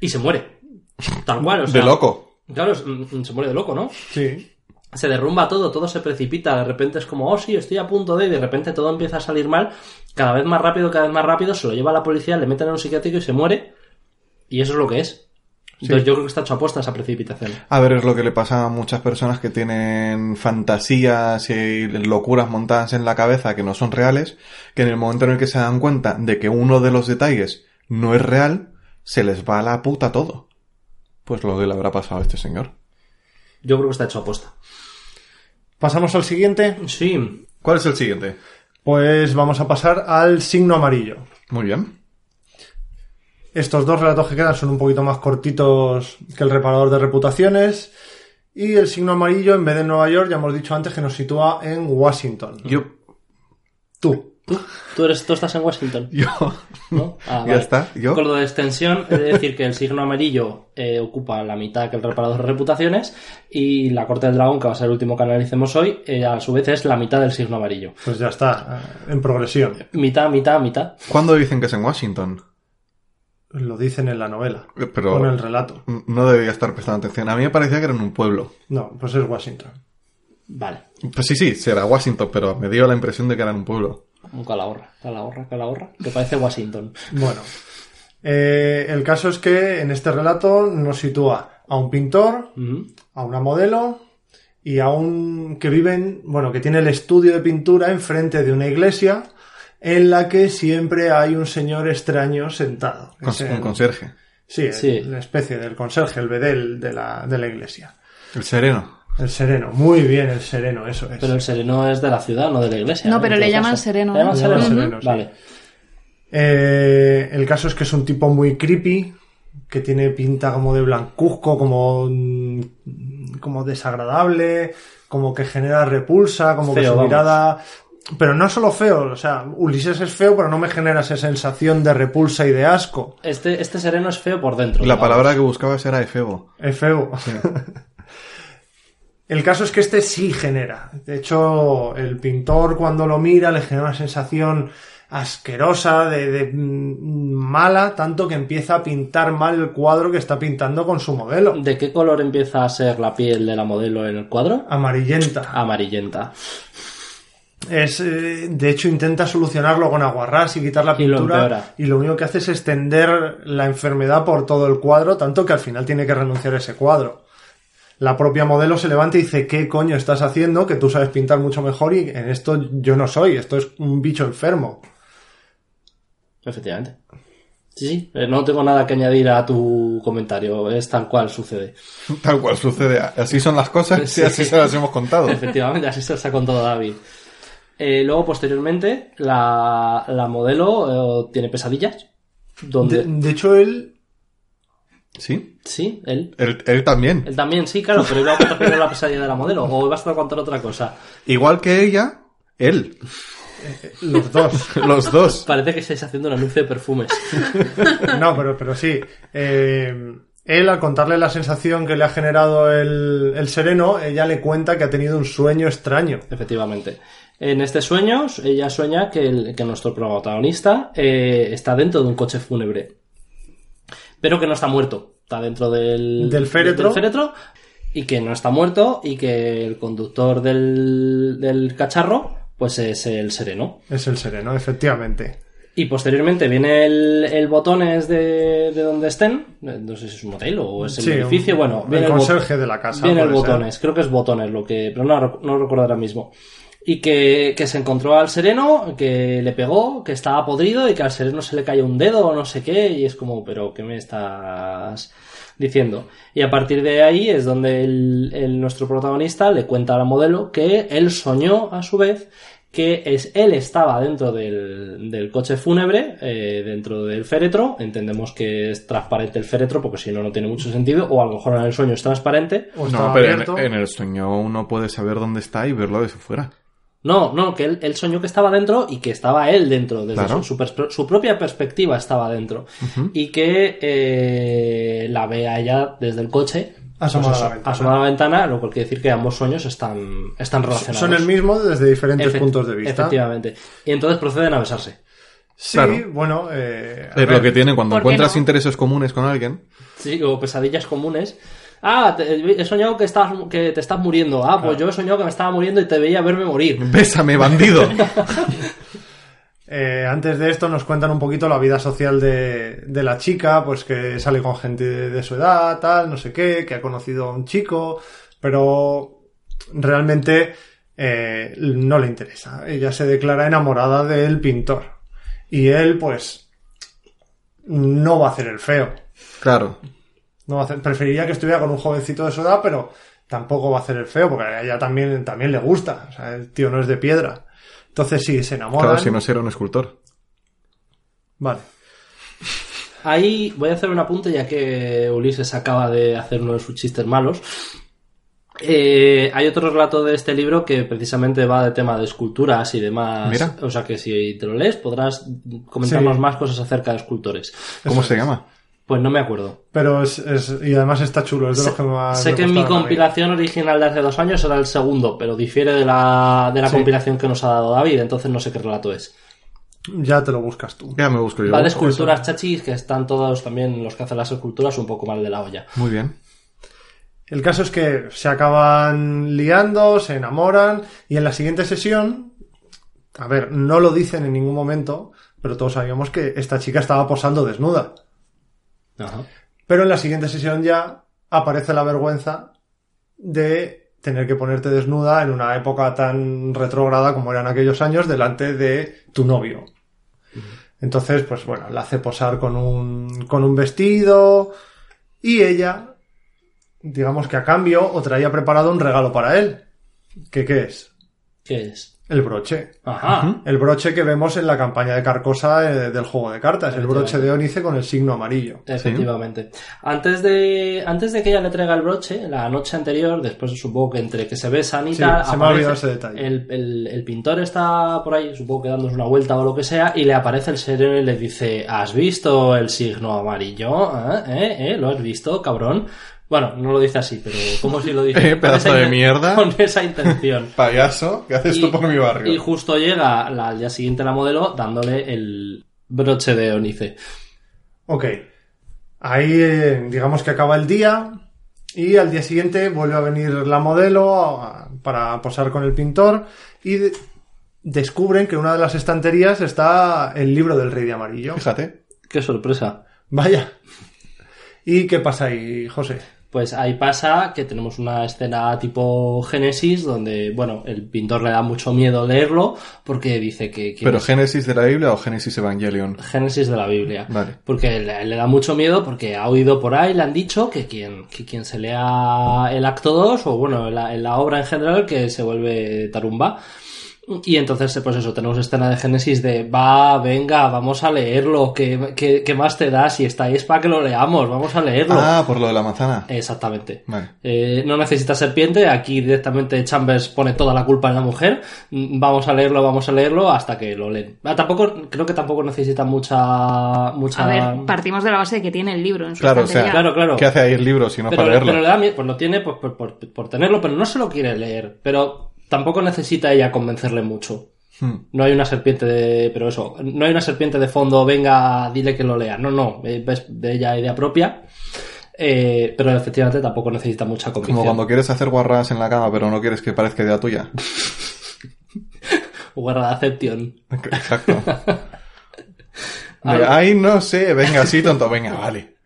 y se muere. Tal cual, o sea. de loco. Claro, es- mm, mm, se muere de loco, ¿no? Sí. Se derrumba todo, todo se precipita, de repente es como, oh sí, estoy a punto de, y de repente todo empieza a salir mal, cada vez más rápido, cada vez más rápido, se lo lleva a la policía, le meten en un psiquiátrico y se muere, y eso es lo que es. Entonces yo creo que está hecho aposta esa precipitación. A ver, es lo que le pasa a muchas personas que tienen fantasías y locuras montadas en la cabeza que no son reales, que en el momento en el que se dan cuenta de que uno de los detalles no es real, se les va a la puta todo. Pues lo que le habrá pasado a este señor. Yo creo que está hecho aposta. Pasamos al siguiente. Sí, ¿Cuál es el siguiente? Pues vamos a pasar al signo amarillo. Muy bien. Estos dos relatos que quedan son un poquito más cortitos que el reparador de reputaciones. Y el signo amarillo, en vez de Nueva York, ya hemos dicho antes que nos sitúa en Washington. Yo, Tú. tú, eres, tú estás en Washington. yo, ¿no? Ah, Ya está, ¿yo? Con lo de extensión, es decir, que el signo amarillo eh, ocupa la mitad que el reparador de reputaciones y la corte del dragón, que va a ser el último que analicemos hoy, eh, a su vez es la mitad del signo amarillo. Pues ya está, eh, en progresión. Mitad, mitad, mitad. ¿cuándo dicen que es en Washington? Lo dicen en la novela. Eh, pero- O en el relato. No debería estar prestando atención. A mí me parecía que era en un pueblo. No, pues es Washington. Vale. Pues sí, sí, será Washington, pero me dio la impresión de que era en un pueblo. Un calahorra, calahorra, calahorra, que parece Washington. Bueno. eh, el caso es que en este relato nos sitúa a un pintor, Ujú. a una modelo y a un que viven, bueno, que tiene el estudio de pintura enfrente de una iglesia en la que siempre hay un señor extraño sentado. Con- Es un el- conserje. Sí, el- Sí. la especie del conserje, el bedel de la, de la iglesia. El sereno. El sereno, muy bien el sereno, eso es. Pero el sereno es de la ciudad, no de la iglesia. No, ¿eh? pero En le todo llaman caso. sereno, Le llaman ¿no? sereno. Le llaman sereno, sí. Vale. Eh, el caso es que es un tipo muy creepy, que tiene pinta como de blancuzco, como, mm, como desagradable, como que genera repulsa, como que Feo, su vamos. mirada... Pero no solo feo, o sea, Ulises es feo, pero no me genera esa sensación de repulsa y de asco. Este, este sereno es feo por dentro. La digamos. palabra que buscabas era efebo. Es feo. El caso es que este sí genera. De hecho, el pintor cuando lo mira le genera una sensación asquerosa, de, de, mm, mala, tanto que empieza a pintar mal el cuadro que está pintando con su modelo. ¿De qué color empieza a ser la piel de la modelo en el cuadro? Ah, Amarillenta. Amarillenta. Es, eh, de hecho, intenta solucionarlo con aguarrás y quitar la Y lo pintura. empeora. Y lo, único que hace es extender la enfermedad por todo el cuadro, tanto que al final tiene que renunciar a ese cuadro. La propia modelo se levanta y dice, ¿qué coño estás haciendo? Que tú sabes pintar mucho mejor y en esto yo no soy, esto es un bicho enfermo. Efectivamente. Sí, sí, eh, no tengo nada que añadir a tu comentario, es tal cual sucede. Tal cual sucede. Así son las cosas Sí, y así sí. se las hemos contado. Efectivamente, así se os ha contado David. Eh, luego, posteriormente, la, la modelo eh, tiene pesadillas. Donde... De, de hecho, él... ¿Sí? Sí, él. Él, él también. Él también, sí, claro, pero iba a contar primero la pesadilla de la modelo, o ibas a contar otra cosa. Igual que ella, él. Los dos. Los dos. Parece que estáis haciendo un anuncio de perfumes. No, pero, pero sí. eh, él, al contarle la sensación que le ha generado el, el sereno, ella le cuenta que ha tenido un sueño extraño. Efectivamente. En este sueño, ella sueña que, el- que nuestro protagonista eh, está dentro de un coche fúnebre. Pero que no está muerto. Está dentro del, Del féretro. féretro y que no está muerto y que el conductor del, del cacharro pues es el sereno. Es el sereno, efectivamente. Y posteriormente viene el, el botones de, de donde estén. Eh, No sé si es un hotel o es Pues el Sí, edificio. un- bueno, el viene bot- conserje de la casa, Viene el puede ser. botones, creo que es botones lo que. Pero no, rec- no recuerdo ahora mismo. Y que, que se encontró al sereno, que le pegó, que estaba podrido y que al sereno se le cayó un dedo o no sé qué. Y es como, pero ¿qué me estás.? diciendo. Y a partir de ahí es donde el- el- nuestro protagonista le cuenta al modelo que él soñó a su vez que es, él estaba dentro del, del coche fúnebre, eh, dentro del féretro, entendemos que es transparente el féretro porque si no, no tiene mucho sentido, o a lo mejor en el sueño es transparente. O No, estaba pero abierto. en, en el sueño uno puede saber dónde está y verlo desde fuera. No, no, que él, él soñó que estaba dentro y que estaba él dentro, desde Claro. su, su pers- su propia perspectiva estaba dentro. Y que eh, la ve a ella desde el coche, pues, Asomada a la ventana. asomada a la ventana, lo cual quiere decir que ambos sueños están, están relacionados. Son el mismo desde diferentes Efect- puntos de vista. Efectivamente. Y entonces proceden a besarse. Sí, Claro. bueno. eh, a Es ver, lo que tiene cuando ¿por qué encuentras no? intereses comunes con alguien. Sí, o pesadillas comunes. Ah, te- he soñado que, estás, que te estás muriendo. Ah, pues yo he soñado que me estaba muriendo y te veía verme morir. Bésame, bandido. eh, antes de esto nos cuentan un poquito la vida social de, de la chica, pues que sale con gente de, de su edad, tal, no sé qué, que ha conocido a un chico, pero realmente eh, no le interesa. Ella se declara enamorada del pintor. Y él, pues, no va a hacer el feo. claro. No va a hacer- preferiría que estuviera con un jovencito de su edad, pero tampoco va a hacer el feo, porque a ella también, también le gusta. O sea, el tío no es de piedra. Entonces sí, se enamora. Claro, si no será un escultor. Vale. Ahí voy a hacer un apunte ya que Ulises acaba de hacer uno de sus chistes malos. Eh, hay otro relato de este libro que precisamente va de tema de esculturas y demás. Mira. O sea que si te lo lees podrás comentarnos Sí. más cosas acerca de escultores. ¿Cómo Eso se es. llama? Pues no me acuerdo. Pero es, es- Y además está chulo, es de Sé, los que más. sé me que en mi gustaron a mí. compilación original de hace dos años era el segundo, pero difiere de la, de la Sí. compilación que nos ha dado David, entonces no sé qué relato es. Ya te lo buscas tú. Ya me busco yo. Va de Busco eso. esculturas chachis, que están todos también los que hacen las esculturas un poco mal de la olla. Muy bien. El caso es que se acaban liando, se enamoran, y en la siguiente sesión. A ver, no lo dicen en ningún momento, pero todos sabíamos que esta chica estaba posando desnuda. Ajá. Pero en la siguiente sesión ya aparece la vergüenza de tener que ponerte desnuda en una época tan retrógrada como eran aquellos años delante de tu novio. Entonces, pues bueno, la hace posar con un, con un vestido y ella, digamos que a cambio, o traía preparado un regalo para él. ¿Qué, qué es? ¿Qué es? El broche. Ajá. El broche que vemos en la campaña de Carcosa eh, del juego de cartas, el broche de Onice con el signo amarillo. Efectivamente. Antes de antes de que ella le traiga el broche, la noche anterior, después supongo que entre que se besan y Sí, tal, se me ha olvidado aparece- ese detalle. El, el- el pintor está por ahí, supongo que dándose una vuelta o lo que sea, y le aparece el sereno y le dice, ¿has visto el signo amarillo? ¿Eh? ¿Eh? ¿Eh? ¿Lo has visto, cabrón? Bueno, no lo dice así, pero como si lo dice. Eh, Con pedazo esa de inten- mierda. Con esa intención. Payaso, ¿qué haces Y- Y justo llega la- al día siguiente la modelo dándole el broche de Onice. Ok. Ahí, eh, digamos que acaba el día y al día siguiente vuelve a venir la modelo a- para posar con el pintor y de- descubren que en una de las estanterías está el libro del Rey de Amarillo. Fíjate. Qué sorpresa. Vaya. ¿Y qué pasa ahí, José? Pues ahí pasa que tenemos una escena tipo Génesis donde, bueno, el pintor le da mucho miedo leerlo porque dice que... que ¿Pero es Génesis de la Biblia o Génesis Evangelion? Génesis de la Biblia. Vale. Porque le, le da mucho miedo porque ha oído por ahí, le han dicho que quien, que quien se lea el acto 2 o bueno, la, la obra en general que se vuelve tarumba. Y entonces, pues eso, tenemos escena de Génesis de va, venga, vamos a leerlo, ¿qué, qué, qué más te da? Si está ahí es para que lo leamos, vamos a leerlo. Ah, por lo de la manzana. Exactamente. Vale. Eh, no necesita serpiente, aquí directamente Chambers pone toda la culpa en la mujer. Mm, Vamos a leerlo, vamos a leerlo hasta que lo leen. Ah, tampoco, creo que tampoco necesita mucha. mucha... A ver, partimos de la base de que tiene el libro en su Claro, o sea, estantería. Ah. Claro, claro. ¿qué hace ahí el libro si no pero, para leerlo? pero le da mie- pues lo tiene pues, por, por- por tenerlo, pero no se lo quiere leer. Pero tampoco necesita ella convencerle mucho. Hmm. No hay una serpiente de. Pero eso, no hay una serpiente de fondo, venga, dile que lo lea. No, no, eh, es de ella idea propia. Eh, pero efectivamente tampoco necesita mucha convicción. Como cuando quieres hacer guarras en la cama, pero no quieres que parezca idea tuya. Guarda de Acepción. Exacto. Ah, De, Ay, no sé, venga, sí, tonto, venga, vale.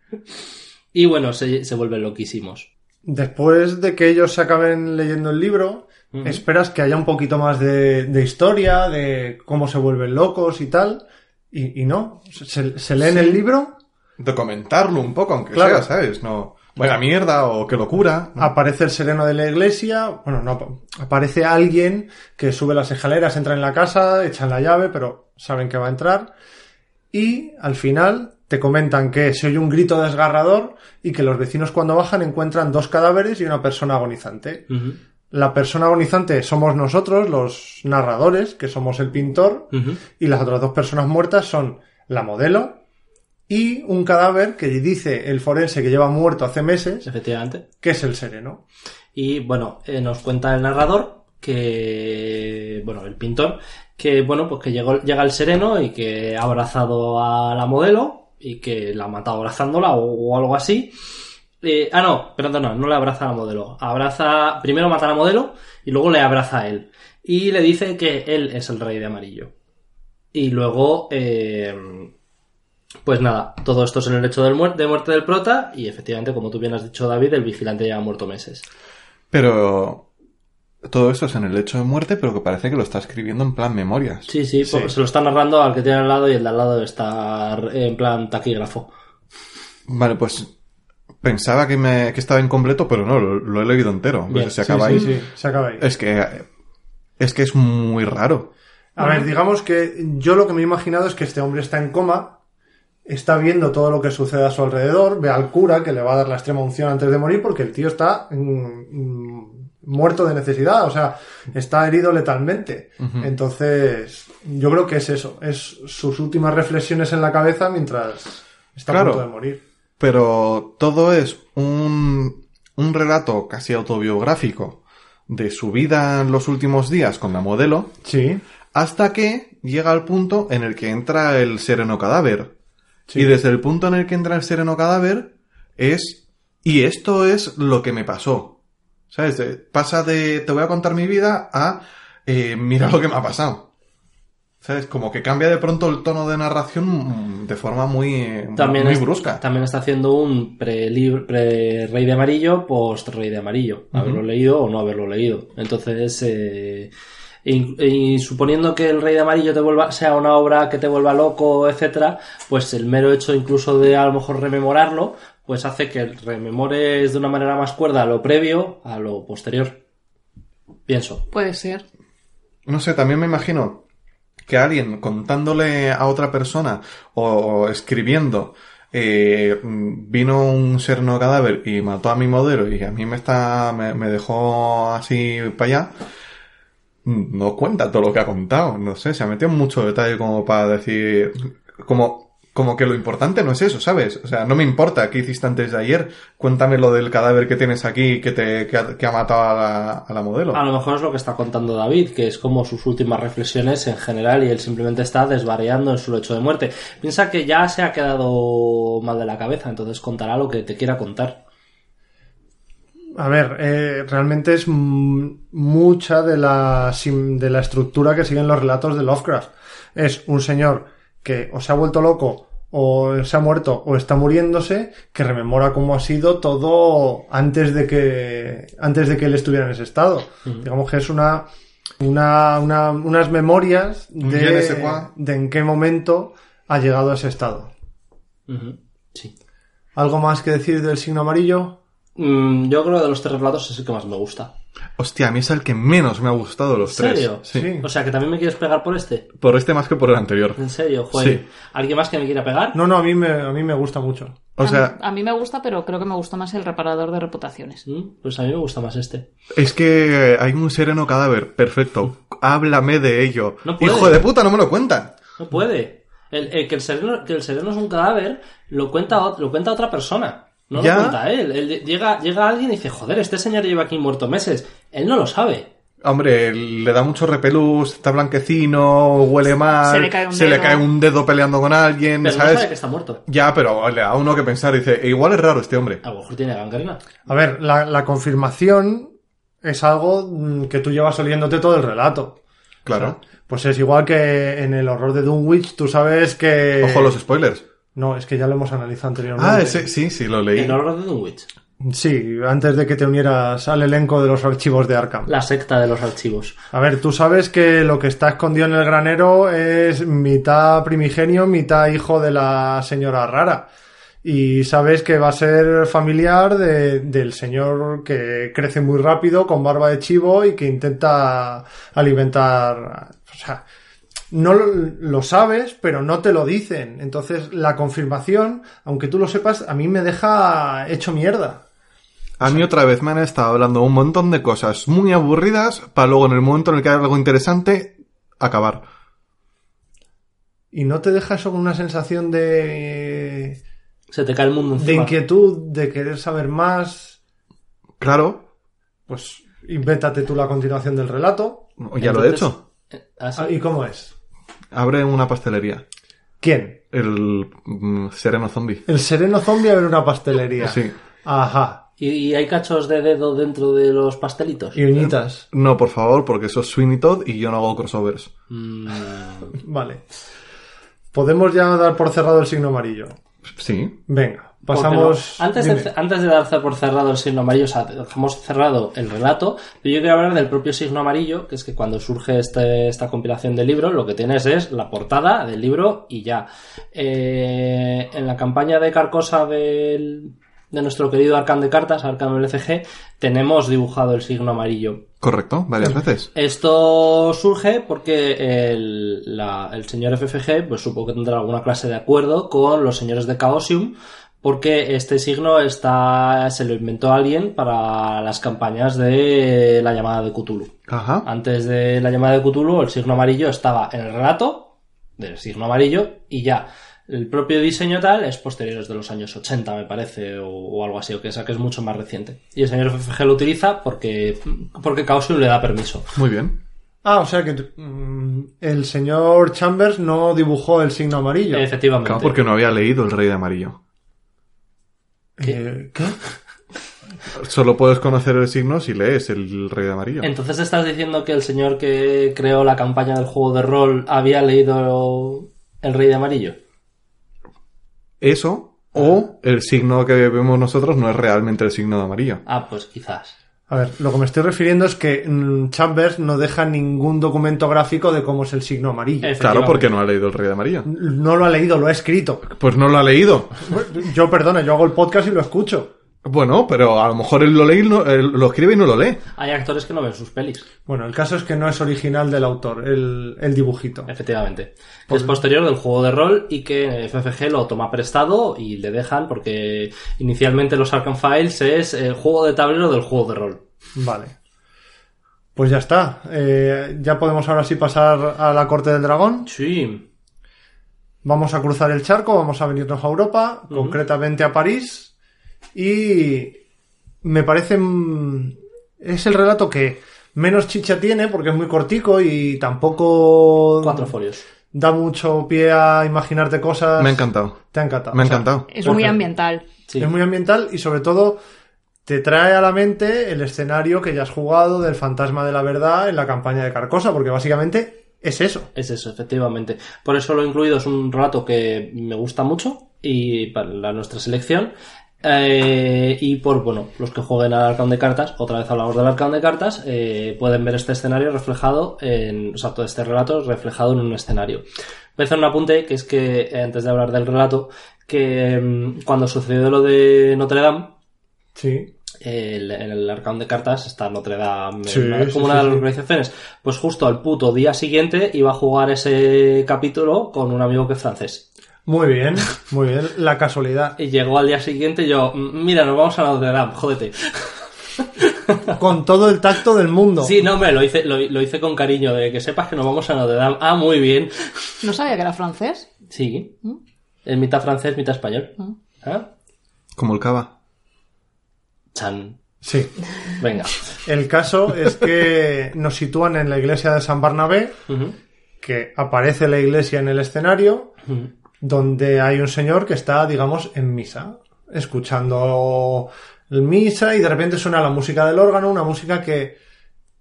Y bueno, se, se vuelven loquísimos. Después de que ellos se acaben leyendo el libro, Ujú. esperas que haya un poquito más de, de historia, de cómo se vuelven locos y tal. Y, y no, se, se leen el libro Documentarlo un poco, aunque Claro. sea, ¿sabes? No. Vaya mierda o qué locura. Aparece el sereno de la iglesia, bueno, no, ap- aparece alguien que sube las escaleras, entra en la casa, echan la llave, pero saben que va a entrar. Y al final te comentan que se oye un grito desgarrador y que los vecinos cuando bajan encuentran dos cadáveres y una persona agonizante. Ujú, La persona agonizante somos nosotros, los narradores, que somos el pintor, ujú. y las otras dos personas muertas son la modelo y un cadáver que dice el forense que lleva muerto hace meses, Efectivamente. que es el sereno. Y bueno, eh, nos cuenta el narrador que, bueno, el pintor, que bueno, pues que llegó, llega el sereno y que ha abrazado a la modelo y que la ha matado abrazándola o, o algo así. Eh, ah, no, perdón, no, no le abraza a la modelo. Abraza, primero mata a la modelo y luego le abraza a él. Y le dice que él es el rey de amarillo. Y luego, eh, pues nada, todo esto es en el hecho del muer- de muerte del prota y efectivamente, como tú bien has dicho David, el vigilante lleva muerto meses. Pero todo eso es en el hecho de muerte, pero que parece que lo está escribiendo en plan memorias. Sí, sí, Sí. porque se lo está narrando al que tiene al lado y el de al lado está eh, en plan taquígrafo. Vale, pues pensaba que, me, que estaba incompleto, pero no, lo, lo he leído entero. Bien, se acaba sí, ahí. sí, se acaba ahí. Es que eh, es que es muy raro. A ver, digamos que yo lo que me he imaginado es que este hombre está en coma, está viendo todo lo que sucede a su alrededor, ve al cura que le va a dar la extrema unción antes de morir porque el tío está mm, mm, muerto de necesidad, o sea, está herido letalmente. Entonces, yo creo que es eso, es sus últimas reflexiones en la cabeza mientras está Claro. a punto de morir. Pero todo es un, un relato casi autobiográfico de su vida en los últimos días con la modelo, Sí, hasta que llega al punto en el que entra el sereno cadáver. Sí. Y desde el punto en el que entra el sereno cadáver es... Y esto es lo que me pasó. ¿Sabes? Eh, Pasa de te voy a contar mi vida a eh, mira lo que me ha pasado. ¿Sabes? Como que cambia de pronto el tono de narración mm, de forma muy, eh, También, muy es- brusca. también está haciendo un pre-rey de amarillo, post-rey de amarillo. Haberlo leído o no haberlo leído. Entonces, eh, in- y suponiendo que el rey de amarillo te vuelva, sea una obra que te vuelva loco, etcétera, pues el mero hecho incluso de a lo mejor rememorarlo, pues hace que rememores de una manera más cuerda lo previo a lo posterior. Pienso. Puede ser. No sé, también me imagino que alguien contándole a otra persona o escribiendo eh, mm, vino un serno cadáver y mató a mi modelo y a mí me está me, me dejó así para allá mm, no cuenta todo lo que ha contado no sé se ha metido en mucho detalle como para decir como como que lo importante no es eso sabes o sea no me importa qué hiciste antes de ayer cuéntame lo del cadáver que tienes aquí que te que ha, que ha matado a la, a la modelo A lo mejor es lo que está contando David, que es como sus últimas reflexiones en general y él simplemente está desvariando en su lecho de muerte. Piensa que ya se ha quedado mal de la cabeza, entonces contará lo que te quiera contar. A ver, eh, realmente es mm, mucha de la, sim- de la estructura que siguen los relatos de Lovecraft. Es un señor que o se ha vuelto loco, o se ha muerto, o está muriéndose, que rememora cómo ha sido todo antes de que, antes de que él estuviera en ese estado. Digamos que es una, una, una- unas memorias Un je ne sais de, quoi. de en qué momento ha llegado a ese estado. Ujú, Sí. ¿Algo más que decir del signo amarillo? Mm, yo creo que de los tres relatos es el que más me gusta. Hostia, a mí es el que menos me ha gustado de los ¿En tres. serio? Sí. Sí. O sea, que también me quieres pegar por este. Por este más que por el anterior. En serio, joder. Sí. ¿Alguien más que me quiera pegar? No, no, a mí me, a mí me gusta mucho. O a, mí, sea, a mí me gusta, pero creo que me gustó más el reparador de reputaciones. Mm, Pues a mí me gusta más este. es que hay un sereno cadáver. Perfecto. Háblame de ello. No puede. Hijo de puta, no me lo cuentan. No puede. El, el que, el sereno, que el sereno es un cadáver lo cuenta, ot- lo cuenta otra persona. No Ya. lo cuenta él. Él lle- llega, llega alguien y dice, joder, este señor lleva aquí muerto meses. Él no lo sabe. Hombre, le da mucho repelús, está blanquecino, huele mal, Se le cae un se le dedo. cae un dedo peleando con alguien, Pero no ¿sabes? sabe que está muerto. Ya, pero le da uno que pensar, dice, "E igual es raro este hombre. A lo mejor tiene gangrena. A ver, la, la confirmación es algo mm, que tú llevas oliéndote todo el relato. Claro. Pues es igual que en el horror de Dunwich, tú sabes que... Ojo a los spoilers. No, es que ya lo hemos analizado anteriormente. Ah, ese- sí, sí, lo leí. El horror de Dunwich. Sí, antes de que te unieras al elenco de los archivos de Arkham. La secta de los archivos. A ver, tú sabes que lo que está escondido en el granero es mitad primigenio, mitad hijo de la señora rara. Y sabes que va a ser familiar de- del señor que crece muy rápido, con barba de chivo y que intenta alimentar. O sea, no lo, lo sabes, pero no te lo dicen. Entonces, la confirmación, aunque tú lo sepas, a mí me deja hecho mierda. A mí otra vez me han estado hablando un montón de cosas muy aburridas para luego en el momento en el que hay algo interesante acabar. Y no te deja eso con una sensación de. Se te cae el mundo de encima. inquietud, de querer saber más. Claro, Pues invéntate tú la continuación del relato. ya lo he Entonces- hecho. Eh, ah, sí. Ah, ¿Y cómo es? Abre una pastelería. ¿Quién? El mm, sereno zombie. El sereno zombie a ver una pastelería. Sí. Ajá. ¿Y, y hay cachos de dedo dentro de los pastelitos. Y uñitas. No, por favor, porque eso es Sweeney Todd y yo no hago crossovers. Mm, Vale. Podemos ya dar por cerrado el signo amarillo. Sí. Venga, porque pasamos. no- antes, dime. de, antes de dar por cerrado el signo amarillo, o sea, dejamos cerrado el relato, pero yo quiero hablar del propio signo amarillo, que es que cuando surge este- esta compilación de libros, lo que tienes es la portada del libro y ya. Eh, en la campaña de Carcosa del- de nuestro querido Arcan de Cartas, Arcan LCG, tenemos dibujado el signo amarillo. Correcto, varias veces. Esto surge porque el, la- el señor FFG pues supo que tendrá alguna clase de acuerdo con los señores de Chaosium porque este signo está se lo inventó alguien para las campañas de la llamada de Cthulhu. Ajá. Antes de la llamada de Cthulhu, el signo amarillo estaba en el relato del signo amarillo y ya. El propio diseño tal es posteriores de los años 80, me parece, o, o algo así, o que esa que es mucho más reciente. Y el señor FFG lo utiliza porque, porque Chaosium le da permiso. Muy bien. Ah, o sea que tú- mm, el señor Chambers no dibujó el signo amarillo. Efectivamente. Claro, porque no había leído El Rey de Amarillo. Eh, ¿Qué? Solo puedes conocer el signo si lees El Rey de Amarillo. Entonces estás diciendo que el señor que creó la campaña del juego de rol había leído El Rey de Amarillo. Eso o el signo que vemos nosotros no es realmente el signo de amarillo. Ah, pues quizás. A ver, lo que me estoy refiriendo es que mm, Chambers no deja ningún documento gráfico de cómo es el signo amarillo. Efectivamente. Claro, porque no ha leído El Rey de Amarillo. No lo ha leído, lo ha escrito. Pues no lo ha leído. Yo, perdona, yo hago el podcast y lo escucho. Bueno, pero a lo mejor él lo lee, y no- él lo escribe y no lo lee. Hay actores que no ven sus pelis, Bueno, el caso es que no es original del autor, el, el dibujito. efectivamente. Que es posterior del juego de rol y que FFG lo toma prestado y le dejan porque inicialmente los Arkham Files es el juego de tablero del juego de rol. Vale. Pues ya está. Eh, ya podemos ahora sí pasar a la corte del dragón. Sí. Vamos a cruzar el charco, vamos a venirnos a Europa, Ujú. concretamente a París. Y me parece... mm, Es el relato que menos chicha tiene porque es muy cortico y tampoco Cuatro folios. da mucho pie a imaginarte cosas. Me ha encantado. Te ha encantado. Me ha O sea, encantado. Es Porque- muy ambiental. Sí. Es muy ambiental y sobre todo te trae a la mente el escenario que ya has jugado del fantasma de la verdad en la campaña de Carcosa, porque básicamente es eso. Es eso, efectivamente. Por eso lo he incluido, es un relato que me gusta mucho y para la- nuestra selección. Eh, y por, bueno, los que jueguen al Arcán de Cartas, otra vez hablamos del Arcán de Cartas, eh, pueden ver este escenario reflejado en, o sea, todo este relato reflejado en un escenario. Voy a hacer un apunte, que es que, eh, antes de hablar del relato, que mm, cuando sucedió lo de Notre Dame, Sí. el- en el Arcán de Cartas está Notre Dame Sí, una- sí, como una sí, de las sí. organizaciones. Pues justo al puto día siguiente iba a jugar ese capítulo con un amigo que es francés. Muy bien, muy bien. La casualidad. Y llegó al día siguiente y yo, "Mm, mira, nos vamos a Notre Dame, jódete. Con todo el tacto del mundo. Sí, no, hombre, lo hice, lo, lo hice con cariño, de que sepas que nos vamos a Notre Dame. Ah, muy bien. No sabía que era francés. Sí. Es mitad francés, mitad español. ¿Ah? Como el cava. Chan. Sí. Venga. El caso es que nos sitúan en la iglesia de San Barnabé, Ujú. que aparece la iglesia en el escenario, Ujú. donde hay un señor que está, digamos, en misa, escuchando el misa y de repente suena la música del órgano, una música que,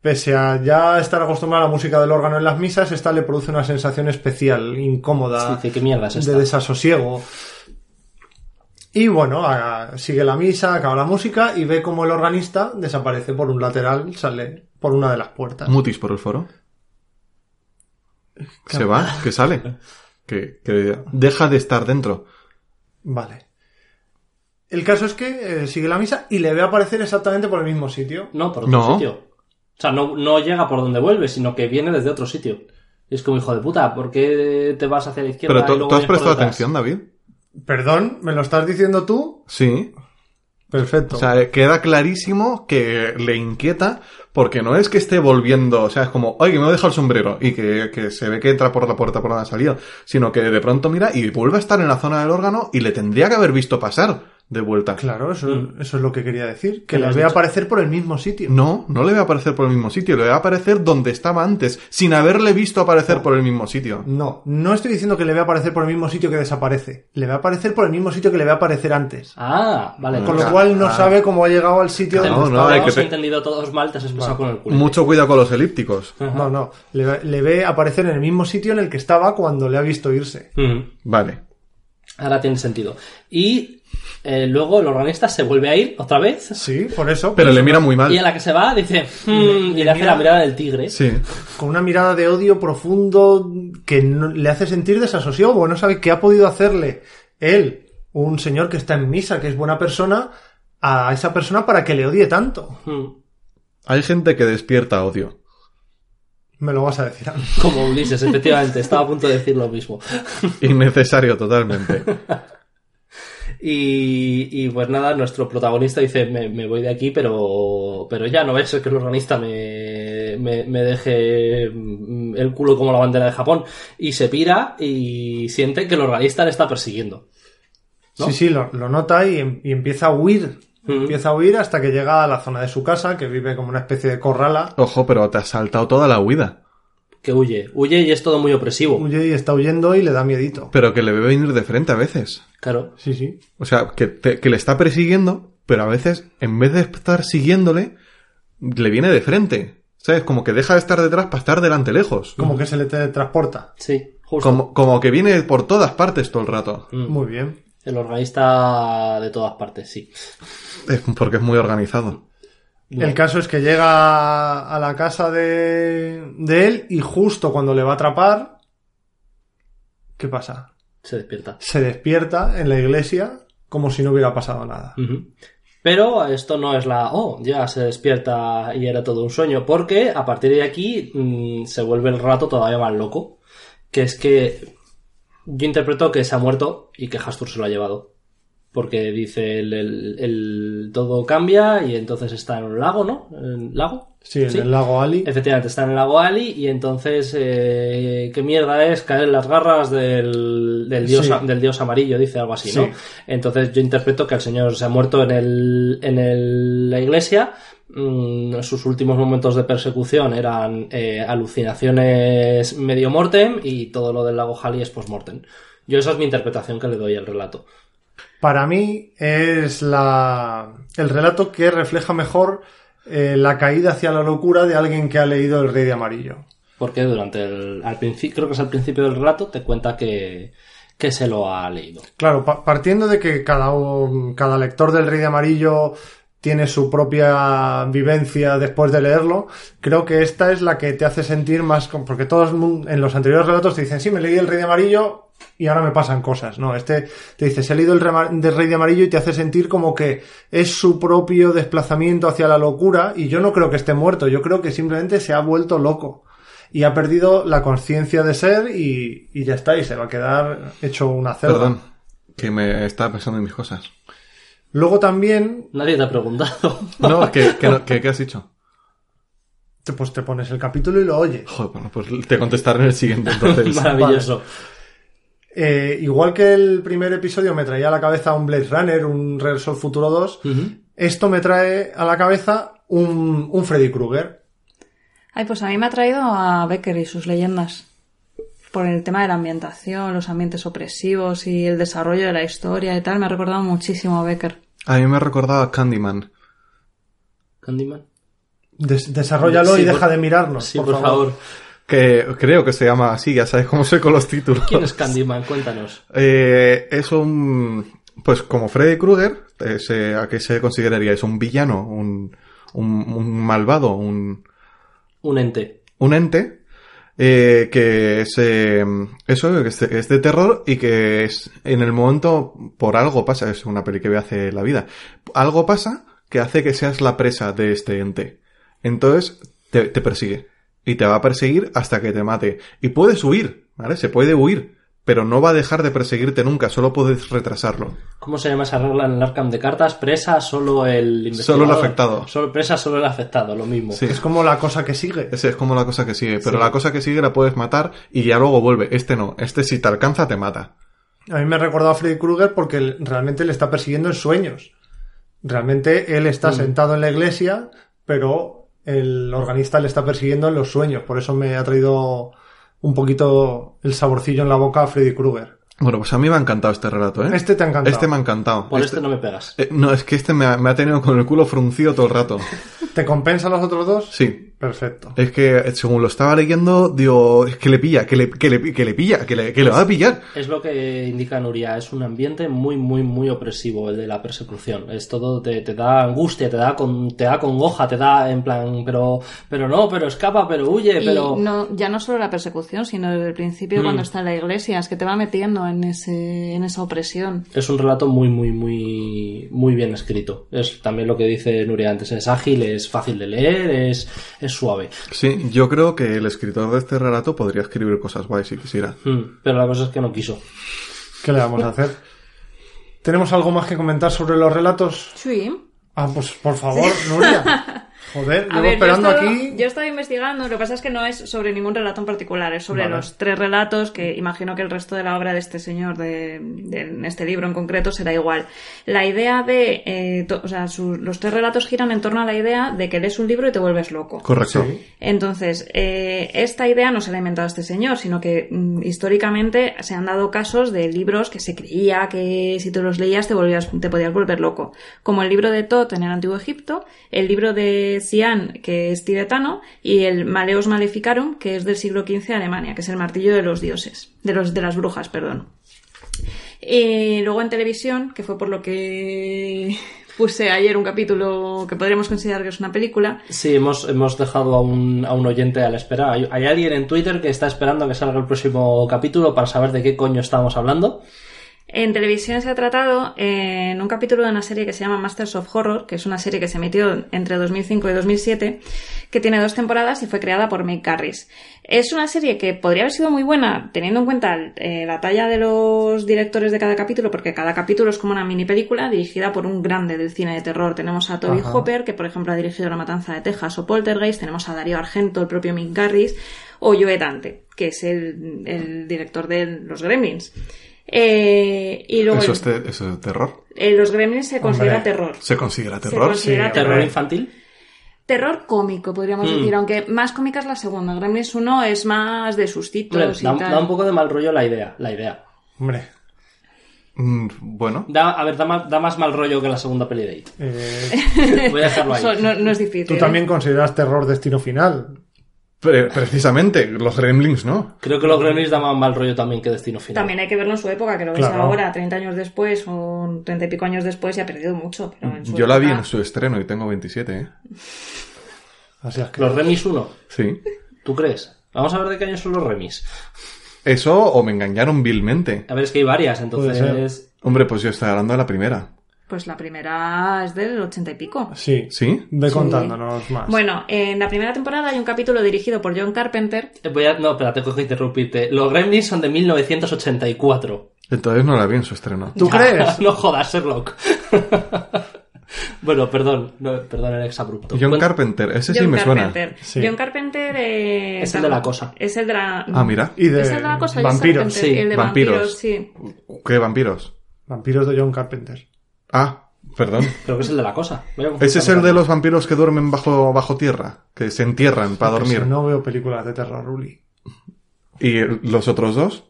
pese a ya estar acostumbrada a la música del órgano en las misas, esta le produce una sensación especial, incómoda, Sí, sí, ¿Qué mierda es esta? de desasosiego. Y bueno, a- sigue la misa, acaba la música y ve como el organista desaparece por un lateral, sale por una de las puertas. Mutis por el foro. Se va, que sale. Que, que deja de estar dentro. Vale. El caso es que eh, sigue la misa y le ve aparecer exactamente por el mismo sitio. No, por otro No. sitio. O sea, no, no llega por donde vuelve, sino que viene desde otro sitio. Y es como, hijo de puta, ¿por qué te vas hacia la izquierda? Pero y tú- luego tú has vienes por prestado detrás? atención, David. Perdón, ¿me lo estás diciendo tú? Sí. Perfecto. O sea, eh, queda clarísimo que le inquieta porque no es que esté volviendo, o sea, es como, oye, me voy a dejar el sombrero y que, que se ve que entra por la puerta por la salida, sino que de pronto mira y vuelve a estar en la zona del órgano y le tendría que haber visto pasar de vuelta. claro, eso, eso es lo que quería decir. Que ¿Qué le Mm. le has ve dicho? aparecer por el mismo sitio. No, no le va a aparecer por el mismo sitio, le va a aparecer donde estaba antes, sin haberle visto aparecer por el mismo sitio. No, no estoy diciendo que le ve aparecer por el mismo sitio que desaparece. Le ve aparecer por el mismo sitio que le ve aparecer antes. Ah, vale. Con lo claro. cual no sabe cómo ha llegado al sitio Te- Mm. No, donde no, estaba. hay te que hemos te- entendido todos mal, te has expresado con el culo. Mucho cuidado con los elípticos. Ajá. No, no. Le, ve- le ve aparecer en el mismo sitio en el que estaba cuando le ha visto irse. Ujú. Vale. Mm. Ahora tiene sentido. Y eh, luego el organista se vuelve a ir otra vez. Sí, por eso. Pero le mira muy mal. Y a la que se va dice, "Hmm", y le hace la mirada del tigre. Sí. Con una mirada de odio profundo que no- le hace sentir desasosiego. Bueno, sabe qué ha podido hacerle él, un señor que está en misa, que es buena persona, a esa persona para que le odie tanto. Mm. Hay gente que despierta odio. Me lo vas a decir a mí. Como Ulises, efectivamente, estaba a punto de decir lo mismo. Innecesario totalmente. Y, y pues nada, nuestro protagonista dice, me, me voy de aquí, pero, pero ya no vaya a ser que el organista me, me, me deje mm, el culo como la bandera de Japón. Y se pira y siente que el organista le está persiguiendo. ¿No? Sí, sí, lo, lo nota y, em- y empieza a huir. Mm. Empieza a huir hasta que llega a la zona de su casa, que vive como una especie de corrala. Ojo, pero te has saltado toda la huida. Que huye, huye y es todo muy opresivo. Huye y está huyendo y le da miedito. Pero que le ve venir de frente a veces. Claro. Sí, sí. O sea, que, te- que le está persiguiendo, pero a veces, en vez de estar siguiéndole, le viene de frente. ¿Sabes? Como que deja de estar detrás para estar delante lejos. Como que se le teletransporta. Sí, justo. Como, como que viene por todas partes todo el rato. Mm. Muy bien. El organista de todas partes, sí. Es porque es muy organizado. El caso es que llega a la casa de, de él y justo cuando le va a atrapar, ¿qué pasa? Se despierta. Se despierta en la iglesia como si no hubiera pasado nada. Ujú. Pero esto no es la... Oh, ya se despierta y era todo un sueño. Porque a partir de aquí mm, se vuelve el rato todavía más loco. Que es que yo interpreto que se ha muerto y que Hastur se lo ha llevado. Porque dice el, el- el- todo cambia y entonces está en un lago, ¿no? ¿En ¿Lago? Sí, en el lago Ali. Efectivamente, está en el lago Ali y entonces, eh, ¿qué mierda es caer en las garras del, del, dios, Sí. del dios amarillo? Dice algo así, ¿no? Sí. Entonces yo interpreto que el señor se ha muerto en, el, en el- la iglesia. Mm, sus últimos momentos de persecución eran eh, alucinaciones medio mortem y todo lo del lago Ali es post-mortem. Yo esa es mi interpretación que le doy al relato. Para mí es la, el relato que refleja mejor eh, la caída hacia la locura de alguien que ha leído El Rey de Amarillo. Porque durante el... Al principio, creo que es al principio del relato, te cuenta que, que se lo ha leído. Claro, pa- partiendo de que cada, um, cada lector del Rey de Amarillo tiene su propia vivencia después de leerlo, creo que esta es la que te hace sentir más... con- porque todos mu- en los anteriores relatos te dicen, sí, me leí el Rey de Amarillo y ahora me pasan cosas, ¿no? Este te dice, se ha leído el Rema- del Rey de Amarillo y te hace sentir como que es su propio desplazamiento hacia la locura y yo no creo que esté muerto, yo creo que simplemente se ha vuelto loco y ha perdido la conciencia de ser y, y ya está, y se va a quedar hecho una cerda. Perdón. Que me está pensando en mis cosas. Luego también, Nadie te ha preguntado. No, es que, que, no- que- ¿qué has dicho? te- pues te pones el capítulo y lo oyes. Joder, bueno, pues te contestaré en el siguiente entonces. Maravilloso. Eh, igual que el primer episodio me traía a la cabeza un Blade Runner, un Real Sol Futuro 2, Ujú. esto me trae a la cabeza un, un Freddy Krueger. Ay, pues a mí me ha traído a Becker y sus leyendas. Por el tema de la ambientación, los ambientes opresivos y el desarrollo de la historia y tal, me ha recordado muchísimo a Becker. A mí me ha recordado a Candyman. Candyman. Des- desarrollalo Sí, y por- deja de mirarnos, Sí, por, favor. Que creo que se llama así, ya sabes cómo soy con los títulos. ¿Quién es Candyman? Cuéntanos. Eh, es un. Pues como Freddy Krueger, eh, se- ¿a qué se consideraría? ¿Es un villano? ¿Un, un, un malvado? ¿Un, Un ente. un ente? eh, que es eh, eso, que es de, es de terror y que es en el momento por algo pasa, es una peli que ve hace la vida, algo pasa que hace que seas la presa de este ente. Entonces te, te persigue y te va a perseguir hasta que te mate. Y puedes huir, ¿vale? Se puede huir, pero no va a dejar de perseguirte nunca, solo puedes retrasarlo. ¿Cómo se llama esa regla en el Arkham de cartas? Presa, solo el investigador. Solo el afectado. Solo, presa, solo el afectado, lo mismo. Sí. Es como la cosa que sigue. Esa es como la cosa que sigue, pero Sí. la cosa que sigue la puedes matar y ya luego vuelve. Este no, este si te alcanza te mata. A mí me ha recordado a Freddy Krueger porque él- realmente le está persiguiendo en sueños. Realmente él Mm. está sentado en la iglesia, pero el organista le está persiguiendo en los sueños. Por eso me ha traído un poquito el saborcillo en la boca a Freddy Krueger. Bueno, pues a mí me ha encantado este relato, ¿eh? Este te ha encantado. Este me ha encantado. Por Este- este no me pegas. Eh, no, es que este me ha, me ha tenido con el culo fruncido todo el rato. ¿Te compensa los otros dos? Sí. Perfecto. Es que eh, según lo estaba leyendo, digo, es que le pilla, que le, que le, pi- que le pilla, que le, que le va a pillar. Es lo que indica Nuria, es un ambiente muy, muy, muy opresivo el de la persecución. Es todo, te, te da angustia, te da con, te da congoja, te da en plan, pero, pero no, pero escapa, pero huye, Y pero. no, ya no solo la persecución, sino desde el principio Mm. cuando está en la iglesia, es que te va metiendo en, ese, en esa opresión. Es un relato muy, muy, muy, muy bien escrito. Es también lo que dice Nuria antes. Es ágil, es fácil de leer, es, es suave. Sí, yo creo que el escritor de este relato podría escribir cosas guay si quisiera. Mm, Pero la cosa es que no quiso. ¿Qué le vamos a hacer? ¿Tenemos algo más que comentar sobre los relatos? Sí. Ah, pues por favor, Nuria. Joder, A llevo ver, esperando yo he estado- aquí. Yo he estado investigando, lo que pasa es que no es sobre ningún relato en particular, es sobre Vale. los tres relatos que imagino que el resto de la obra de este señor, de, de- en este libro en concreto, será igual. La idea de. eh, to- o sea, su- los tres relatos giran en torno a la idea de que lees un libro y te vuelves loco. Correcto. Sí. Entonces, eh, esta idea no se la ha inventado este señor, sino que mm, históricamente se han dado casos de libros que se creía que si tú los leías te, volvías, te podías volver loco. Como el libro de Thoth en el Antiguo Egipto, el libro de Sian, que es tibetano, y el Maleus Maleficarum, que es del siglo XV de Alemania, que es el martillo de los dioses, de, los, de las brujas, perdón. Y luego en televisión, que fue por lo que puse ayer un capítulo que podríamos considerar que es una película, Sí, hemos, hemos dejado a un, a un oyente a la espera. Hay, hay alguien en Twitter que está esperando que salga el próximo capítulo para saber de qué coño estamos hablando. En televisión se ha tratado eh, en un capítulo de una serie que se llama Masters of Horror, que es una serie que se emitió entre 2005 y 2007, que tiene dos temporadas y fue creada por Meg Carris. Es una serie que podría haber sido muy buena teniendo en cuenta eh, la talla de los directores de cada capítulo, porque cada capítulo es como una mini película dirigida por un grande del cine de terror. Tenemos a Toby Ajá. Hopper, que por ejemplo ha dirigido La Matanza de Texas o Poltergeist, tenemos a Darío Argento, el propio Mick Garris, o Joe Dante, que es el, el director de Los Gremlins. Eh, y luego Eso el- es, te- eso es terror. eh, los Gremlins se considera Hombre. terror. Se considera Se terror. considera- Sí, Terror hombre. infantil. Terror cómico, podríamos Mm. decir, aunque más cómica es la segunda. Gremlins 1 es más de sustitos Hombre, y da, un- tal. da un poco de mal rollo la idea, la idea. Hombre, Mm, Bueno, Da, a ver, da, ma- da más mal rollo que la segunda peli de It. eh, Voy a dejarlo ahí. Eso no, no es difícil. tú ¿eh? también consideras terror destino final. pre- precisamente, los gremlins, ¿no? Creo que los Gremlins da más mal rollo también que Destino Final. También hay que verlo en su época, que lo veis Claro. ahora, 30 años después o 30 y pico años después, y ha perdido mucho. Pero en su Yo la vi época- en su estreno y tengo 27, ¿eh? Así es que. Los Remis 1, Sí. ¿tú crees? Vamos a ver de qué año son los Remis. Eso o me engañaron vilmente. A ver, es que hay varias, Puede entonces... Hombre, pues yo estoy hablando de la primera. Pues la primera es del 80 y pico. Sí. ¿Sí? Ve Sí. contándonos más. Bueno, en la primera temporada hay un capítulo dirigido por John Carpenter. Eh, Voy a... No, espera, tengo que interrumpirte. Los Gremlins son de 1984. Entonces no la vi en su estreno. ¿Tú crees? no jodas, Sherlock. bueno, perdón. No, perdón, el exabrupto. John Cuen- Carpenter, ese sí John me Carpenter. Sí. John Carpenter eh, Es el de la cosa. Es el de la. suena. Ah, mira. Y de Es el de la cosa. John vampiros. Carpenter, Sí, el de vampiros. vampiros, sí. ¿Qué vampiros? Vampiros de John Carpenter. Ah, perdón. Creo que es el de la cosa. Voy a confundir Ese es el de los vampiros que duermen bajo, bajo tierra, que se entierran para Porque dormir. si no veo películas de terror, Uli. ¿Y el- los otros dos?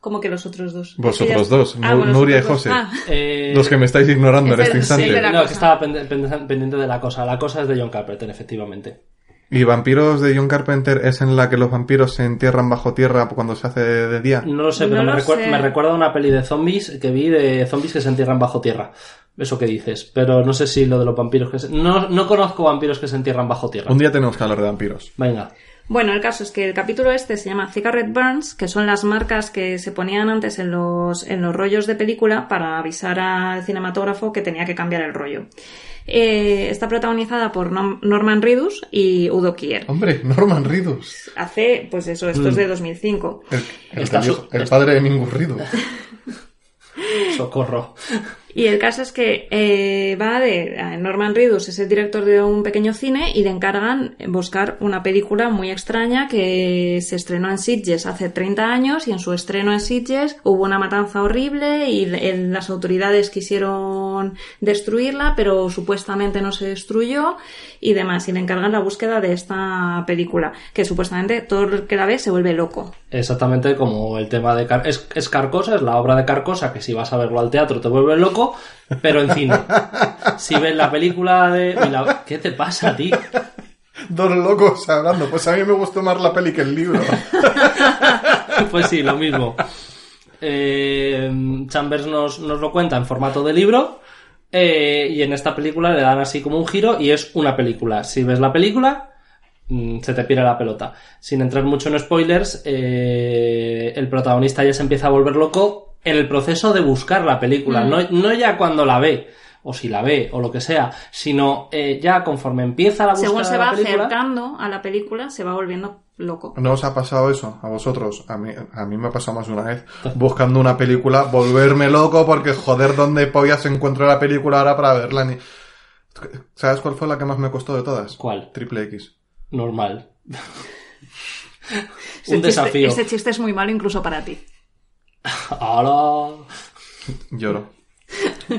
Como que los otros dos. Vosotros Es que ya- dos, Ah, Nu- bueno, los Nuria y otros José. dos. Ah. Eh, Los que me estáis ignorando en es este el- sí, instante. de la No, cosa. que estaba pende- pende- pendiente de la cosa. La cosa es de John Carpenter, efectivamente. ¿Y Vampiros de John Carpenter es en la que los vampiros se entierran bajo tierra cuando se hace de día? No lo sé, pero No me, lo recuer- sé. me recuerda a una peli de zombies que vi de zombies que se entierran bajo tierra. Eso que dices. Pero no sé si lo de los vampiros que se... No, no conozco vampiros que se entierran bajo tierra. Un día tenemos que hablar de vampiros. Venga. Bueno, el caso es que el capítulo este se llama Cigarette Burns, que son las marcas que se ponían antes en los, en los rollos de película para avisar al cinematógrafo que tenía que cambiar el rollo. Eh, está protagonizada por Nom- Norman Reedus y Udo Kier. Hombre, Norman Reedus. Hace, pues eso, esto es de 2005. El, el Está del su- hijo- el padre de ningún Reedus. Socorro. Y el caso es que eh, va de eh, Norman Reedus es el director de un pequeño cine y le encargan buscar una película muy extraña que se estrenó en Sitges hace 30 años y en su estreno en Sitges hubo una matanza horrible y l- el- las autoridades quisieron destruirla pero supuestamente no se destruyó y demás y le encargan la búsqueda de esta película que supuestamente todo el que la ve se vuelve loco. Exactamente como el tema de Car- es, es Carcosa, es la obra de Carcosa, que si vas a verlo al teatro te vuelve loco, pero en cine. Si ves la película de... y la- ¿Qué te pasa a ti? Dos locos hablando. Pues a mí me gustó más la peli que el libro. Pues sí, lo mismo. Eh, Chambers nos, nos lo cuenta en formato de libro eh, y en esta película le dan así como un giro y es una película. Si ves la película, mm, se te pira la pelota. Sin entrar mucho en spoilers, eh, el protagonista ya se empieza a volver loco en el proceso de buscar la película, Mm. no, no ya cuando la ve o si la ve o lo que sea, sino eh, ya conforme empieza la búsqueda Según se de la va película, acercando a la película se va volviendo loco. ¿No os ha pasado eso a vosotros? A mí, a mí me ha pasado más de una vez buscando una película, volverme loco porque joder, ¿dónde pollas encuentro la película ahora para verla? Ni- ¿Sabes cuál fue la que más me costó de todas? ¿Cuál? Triple X. normal. Ese Un chiste- desafío. Ese chiste es muy malo incluso para ti. ¡Hala! Lloro.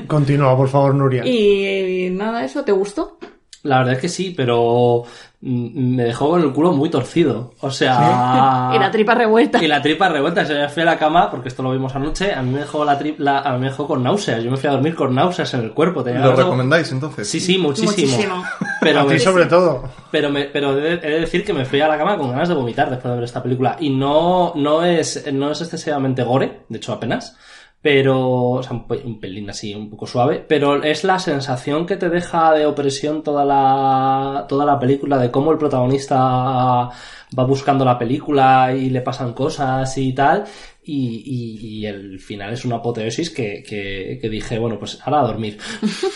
Continúa, por favor, Nuria. Y eh, nada, eso, ¿te gustó? La verdad es que sí, pero mm, me dejó con el culo muy torcido. O sea... Y la tripa revuelta. Ah. Y la tripa revuelta. Se me fui a la cama, porque esto lo vimos anoche, a mí me dejó, la tri- la- a mí me dejó con náuseas. Yo me fui a dormir con náuseas en el cuerpo. Tenía ¿Lo Eh, algo- recomendáis entonces? Sí, sí, muchísimo. Muchísimo. Pero, A me- pues- ti sobre todo. pero, me- pero he, de, he de decir que me fui a la cama con ganas de vomitar después de ver esta película. Y no, no, es, no es excesivamente gore, de hecho apenas. Pero, o sea, un, pe- un pelín así, un poco suave. Pero es la sensación que te deja de opresión toda la, toda la película, de cómo el protagonista va buscando la película y le pasan cosas y tal. Y, y- y el final es una apoteosis que, que, que dije, bueno, pues ahora a dormir.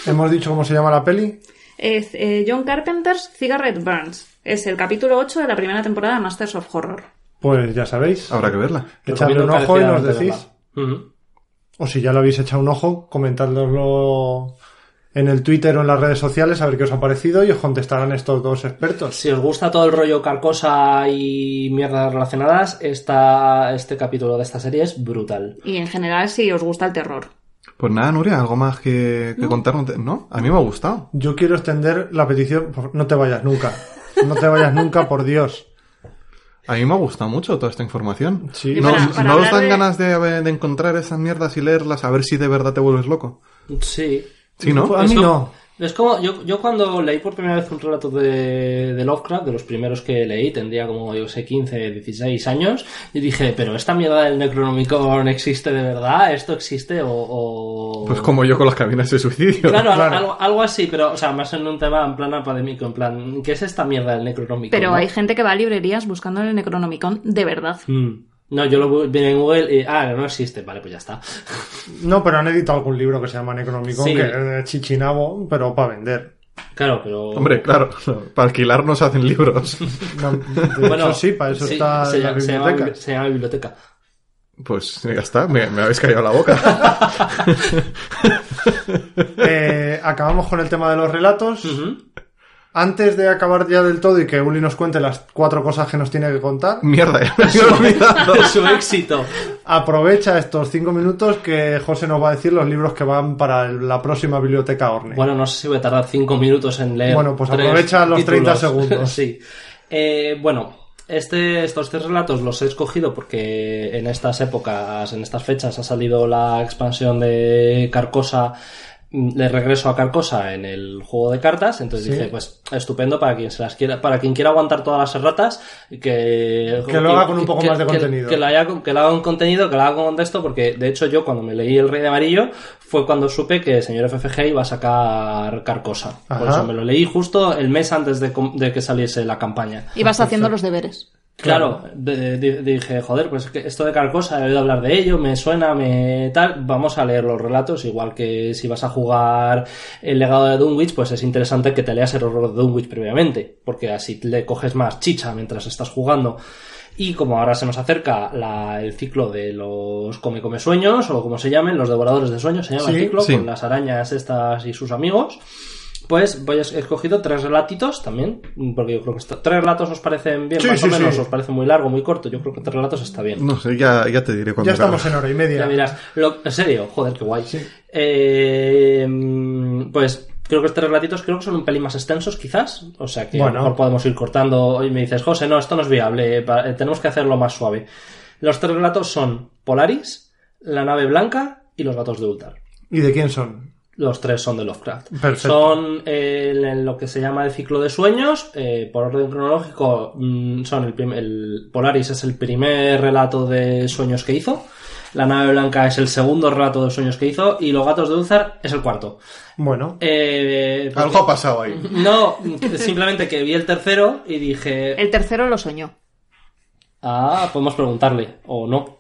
Hemos dicho cómo se llama la peli. Es, eh, John Carpenter's Cigarette Burns. Es el capítulo 8 de la primera temporada de Masters of Horror. Pues ya sabéis. Habrá que verla. Echadle un Recomiendo ojo y nos encarecidamente decís. verla. Ujú. O si ya lo habéis echado un ojo, comentadlo en el Twitter o en las redes sociales a ver qué os ha parecido y os contestarán estos dos expertos. Si os gusta todo el rollo carcosa y mierdas relacionadas, esta, este capítulo de esta serie es brutal. Y en general, si os gusta el terror. Pues nada, Nuria, algo más que, que contarnos. No, a mí me ha gustado. Yo quiero extender la petición. por- No te vayas nunca. No te vayas nunca, por Dios. A mí me ha gustado mucho toda esta información. Sí. Y ¿No, para- os- para no os hablar dan de- ganas de, haber- de encontrar esas mierdas y leerlas a ver si de verdad te vuelves loco? Sí. Pues Sí, ¿no? A mí Eso- no. Es como, yo, yo cuando leí por primera vez un relato de, de Lovecraft, de los primeros que leí, tendría como, yo sé, 15, 16 años, y dije, pero esta mierda del Necronomicon existe de verdad, esto existe o... o- Pues como yo con las cabinas de suicidio. Claro, al- Claro. Algo, algo así, pero, o sea, más en un tema en plan académico, en plan, ¿qué es esta mierda del Necronomicon? Pero no? hay gente que va a librerías buscando el Necronomicon de verdad. Mm. No, yo lo bu- vi en Google y, ah, no existe, vale, pues ya está. No, pero han editado algún libro que se llama Necronomicon, Sí. que es chichinabo, pero para vender. Claro, pero. Hombre, claro, para alquilarnos hacen libros. No, de hecho, sí, para eso sí, está se, la llama- se llama, biblioteca. bibli- se llama biblioteca. Pues ya está, me, me habéis callado la boca. Eh, acabamos con el tema de los relatos. Antes de acabar ya del todo y que Uli nos cuente las cuatro cosas que nos tiene que contar, Mierda, ya me había olvidado. Su éxito. aprovecha estos cinco minutos que José nos va a decir los libros que van para el- la próxima biblioteca Orne. Bueno, no sé si voy a tardar 5 minutos en leer. Bueno, pues tres aprovecha los 30 títulos. segundos. sí. Eh, bueno, este, estos tres relatos los he escogido porque en estas épocas, en estas fechas, ha salido la expansión de Carcosa mm, le regreso a Carcosa en el juego de cartas, entonces Sí. dice, pues estupendo para quien se las quiera, para quien quiera aguantar todas las erratas, que Que lo haga con un poco más de que- contenido. Que, la haya con- que la haga con contenido, que la haga con esto, porque de hecho yo cuando me leí El Rey de Amarillo fue cuando supe que el señor FFG iba a sacar Carcosa. Por Ajá. eso me lo leí justo el mes antes de com- de que saliese la campaña. Y vas haciendo los deberes. Claro, de- de- dije, joder, pues que esto de Carcosa, he oído hablar de ello, me suena, me tal. Vamos a leer los relatos, igual que si vas a jugar el legado de Dunwich, pues es interesante que te leas el horror de Dunwich previamente, porque así le coges más chicha mientras estás jugando. Y como ahora se nos acerca la- el ciclo de los come come sueños, o como se llamen, los devoradores de sueños, se llama el Sí, ciclo, sí. con las arañas estas y sus amigos. Pues voy a, he escogido tres relatitos también, porque yo creo que esto- tres relatos os parecen bien, Sí, más sí, o menos, sí. os parece muy largo, muy corto. Yo creo que tres relatos está bien. No sé, ya, ya te diré cuando Ya estamos acabe. en hora y media. Ya verás. Lo- en serio, joder, qué guay. Eh, mm, pues creo que estos relatitos creo que son un pelín más extensos, quizás. O sea que a Bueno. lo mejor podemos ir cortando. Hoy me dices, José, no, esto no es viable. eh, pa- eh, tenemos que hacerlo más suave. Los tres relatos son Polaris, La nave blanca y Los gatos de Ultar. ¿Y de quién son? Los tres son de Lovecraft. Perfecto. Son eh, en- en lo que se llama el ciclo de sueños. eh, por orden cronológico, mm, son el, prim- el Polaris es el primer relato de sueños que hizo. La nave blanca es el segundo relato de sueños que hizo. Y los gatos de Dulzar es el cuarto. Bueno, Eh, Algo ha pasado ahí. No, simplemente que vi el tercero y dije. El tercero lo soñó. Ah, podemos preguntarle. O no.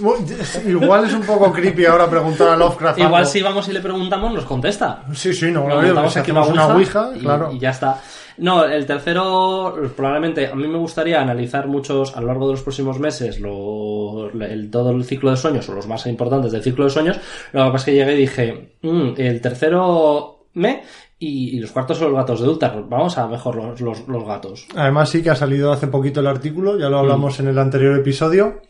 Bu- igual es un poco creepy ahora preguntar a Lovecraft. Igual algo. si vamos y le preguntamos, nos contesta. Sí, sí, no, Nos lo veo, montamos si aquí hacemos una ouija, y- claro. y ya está. No, el tercero, probablemente, a mí me gustaría analizar muchos, a lo largo de los próximos meses, lo- el, todo el ciclo de sueños, o los más importantes del ciclo de sueños. Lo que pasa es que llegué y dije, "Mm, el tercero me, y, y los cuartos son los gatos de Ultar. Vamos a mejor los, los- los gatos. Además, sí que ha salido hace poquito el artículo, Mm. ya lo hablamos en el anterior episodio.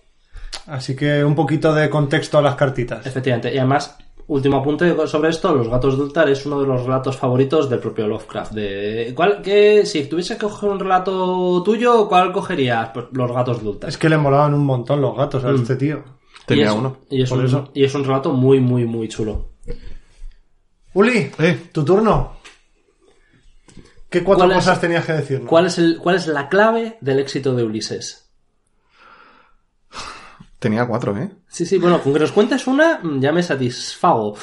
Así que un poquito de contexto a las cartitas. Efectivamente. Y además, último apunte sobre esto, Los gatos de Ultar es uno de los relatos favoritos del propio Lovecraft. De, ¿cuál, qué, si tuviese que coger un relato tuyo, ¿cuál cogerías? Pues Los gatos de Ultar. Es que le molaban un montón los gatos Mm. a este tío. Tenía y es, uno. Y es, Por un, eso. y es un relato muy, muy, muy chulo. Uli, Eh, tu turno. ¿Qué cuatro ¿Cuál es- cosas tenías que decirnos? ¿Cuál es, el, ¿Cuál es la clave del éxito de Ulises? tenía cuatro, ¿eh? Sí, sí, bueno, con que nos cuentes una, mm, ya me satisfago.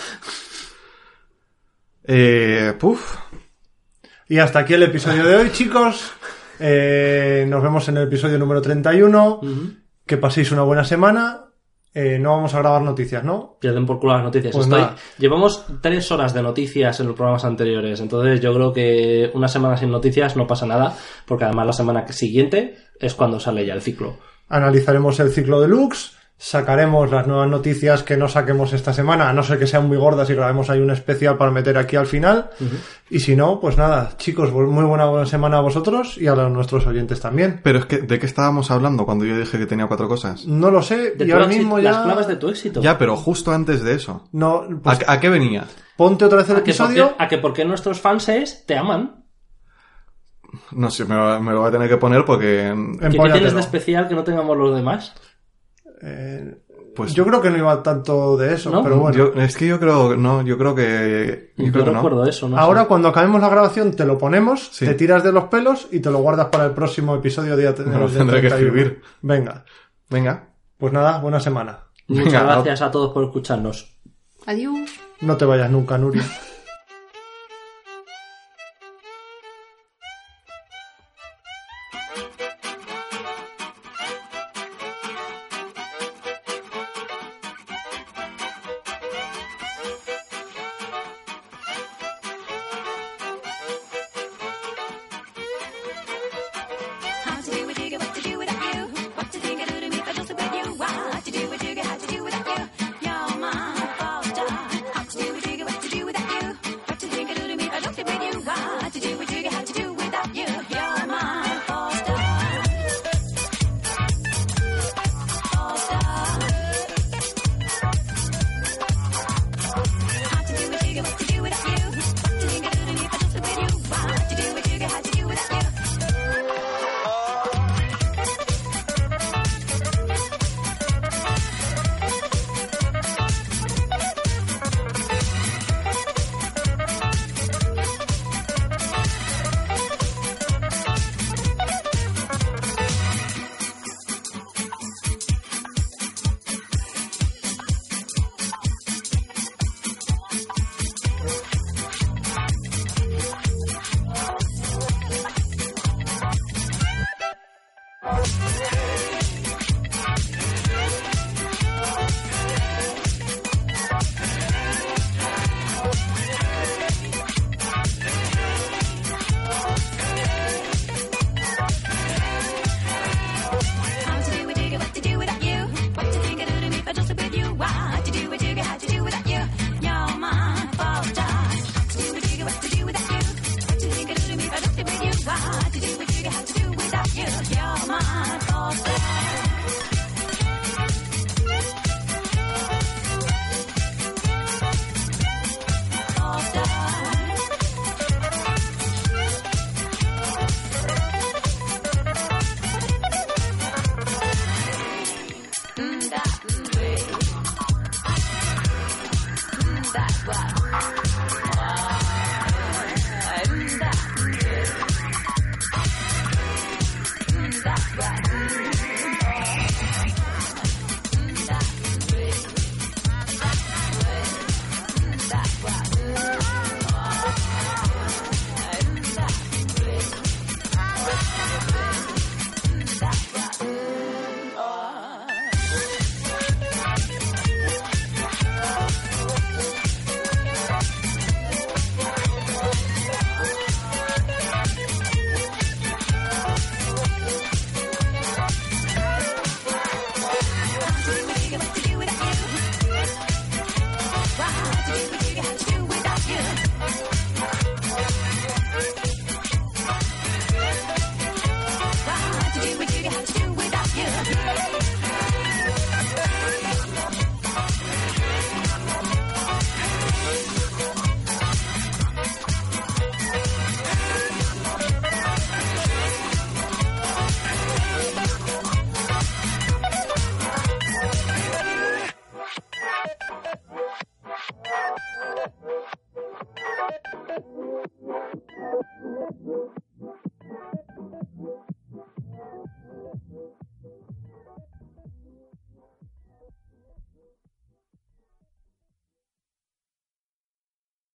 Eh, puf. Y hasta aquí el episodio de hoy, chicos. Eh, nos vemos en el episodio número 31. Mm. Que paséis una buena semana. Eh, no vamos a grabar noticias, ¿no? Que den por culo las noticias. Pues Estoy- nada. Llevamos tres horas de noticias en los programas anteriores, entonces yo creo que una semana sin noticias no pasa nada, porque además la semana siguiente es cuando sale ya el ciclo. Analizaremos el ciclo de Lux. Sacaremos las nuevas noticias que no saquemos esta semana, a no ser que sean muy gordas y grabemos ahí un especial para meter aquí al final. Y si no, pues nada, chicos, bu- muy buena semana a vosotros y a los nuestros oyentes también. Pero es que, ¿de qué estábamos hablando cuando yo dije que tenía cuatro cosas? No lo sé, De y tu ahora éxito- mismo Las ya. claves de tu éxito. Ya, pero justo antes de eso. No, pues ¿A, a qué venía? ponte otra vez el a, que porque, episodio. a que porque nuestros fans es, te aman. No sé, me lo, me lo voy a tener que poner porque... En- ¿Qué tienes Empóllatelo. de especial que no tengamos los demás? Eh, Pues yo creo que no iba tanto de eso, ¿No? pero bueno. Yo- es que yo creo, no, yo creo que... Yo, Yo creo que no. recuerdo eso, no sé. Ahora cuando acabemos la grabación te lo ponemos, Sí. te tiras de los pelos y te lo guardas para el próximo episodio día Me lo tendré que 31. escribir. Venga, Venga. pues nada, buena semana. Muchas Venga, gracias a todos por escucharnos. Adiós. No te vayas nunca, Nuria. How to do a jigger, what to do without you? What to think I do to me if I just about you? Wow, how to do a jigger, how to do without you? You're my faster. How to do a jigger, what to do without you? What to think I do to me if I just about you? Wow, how to do a jigger, how to do without you? You're my faster. What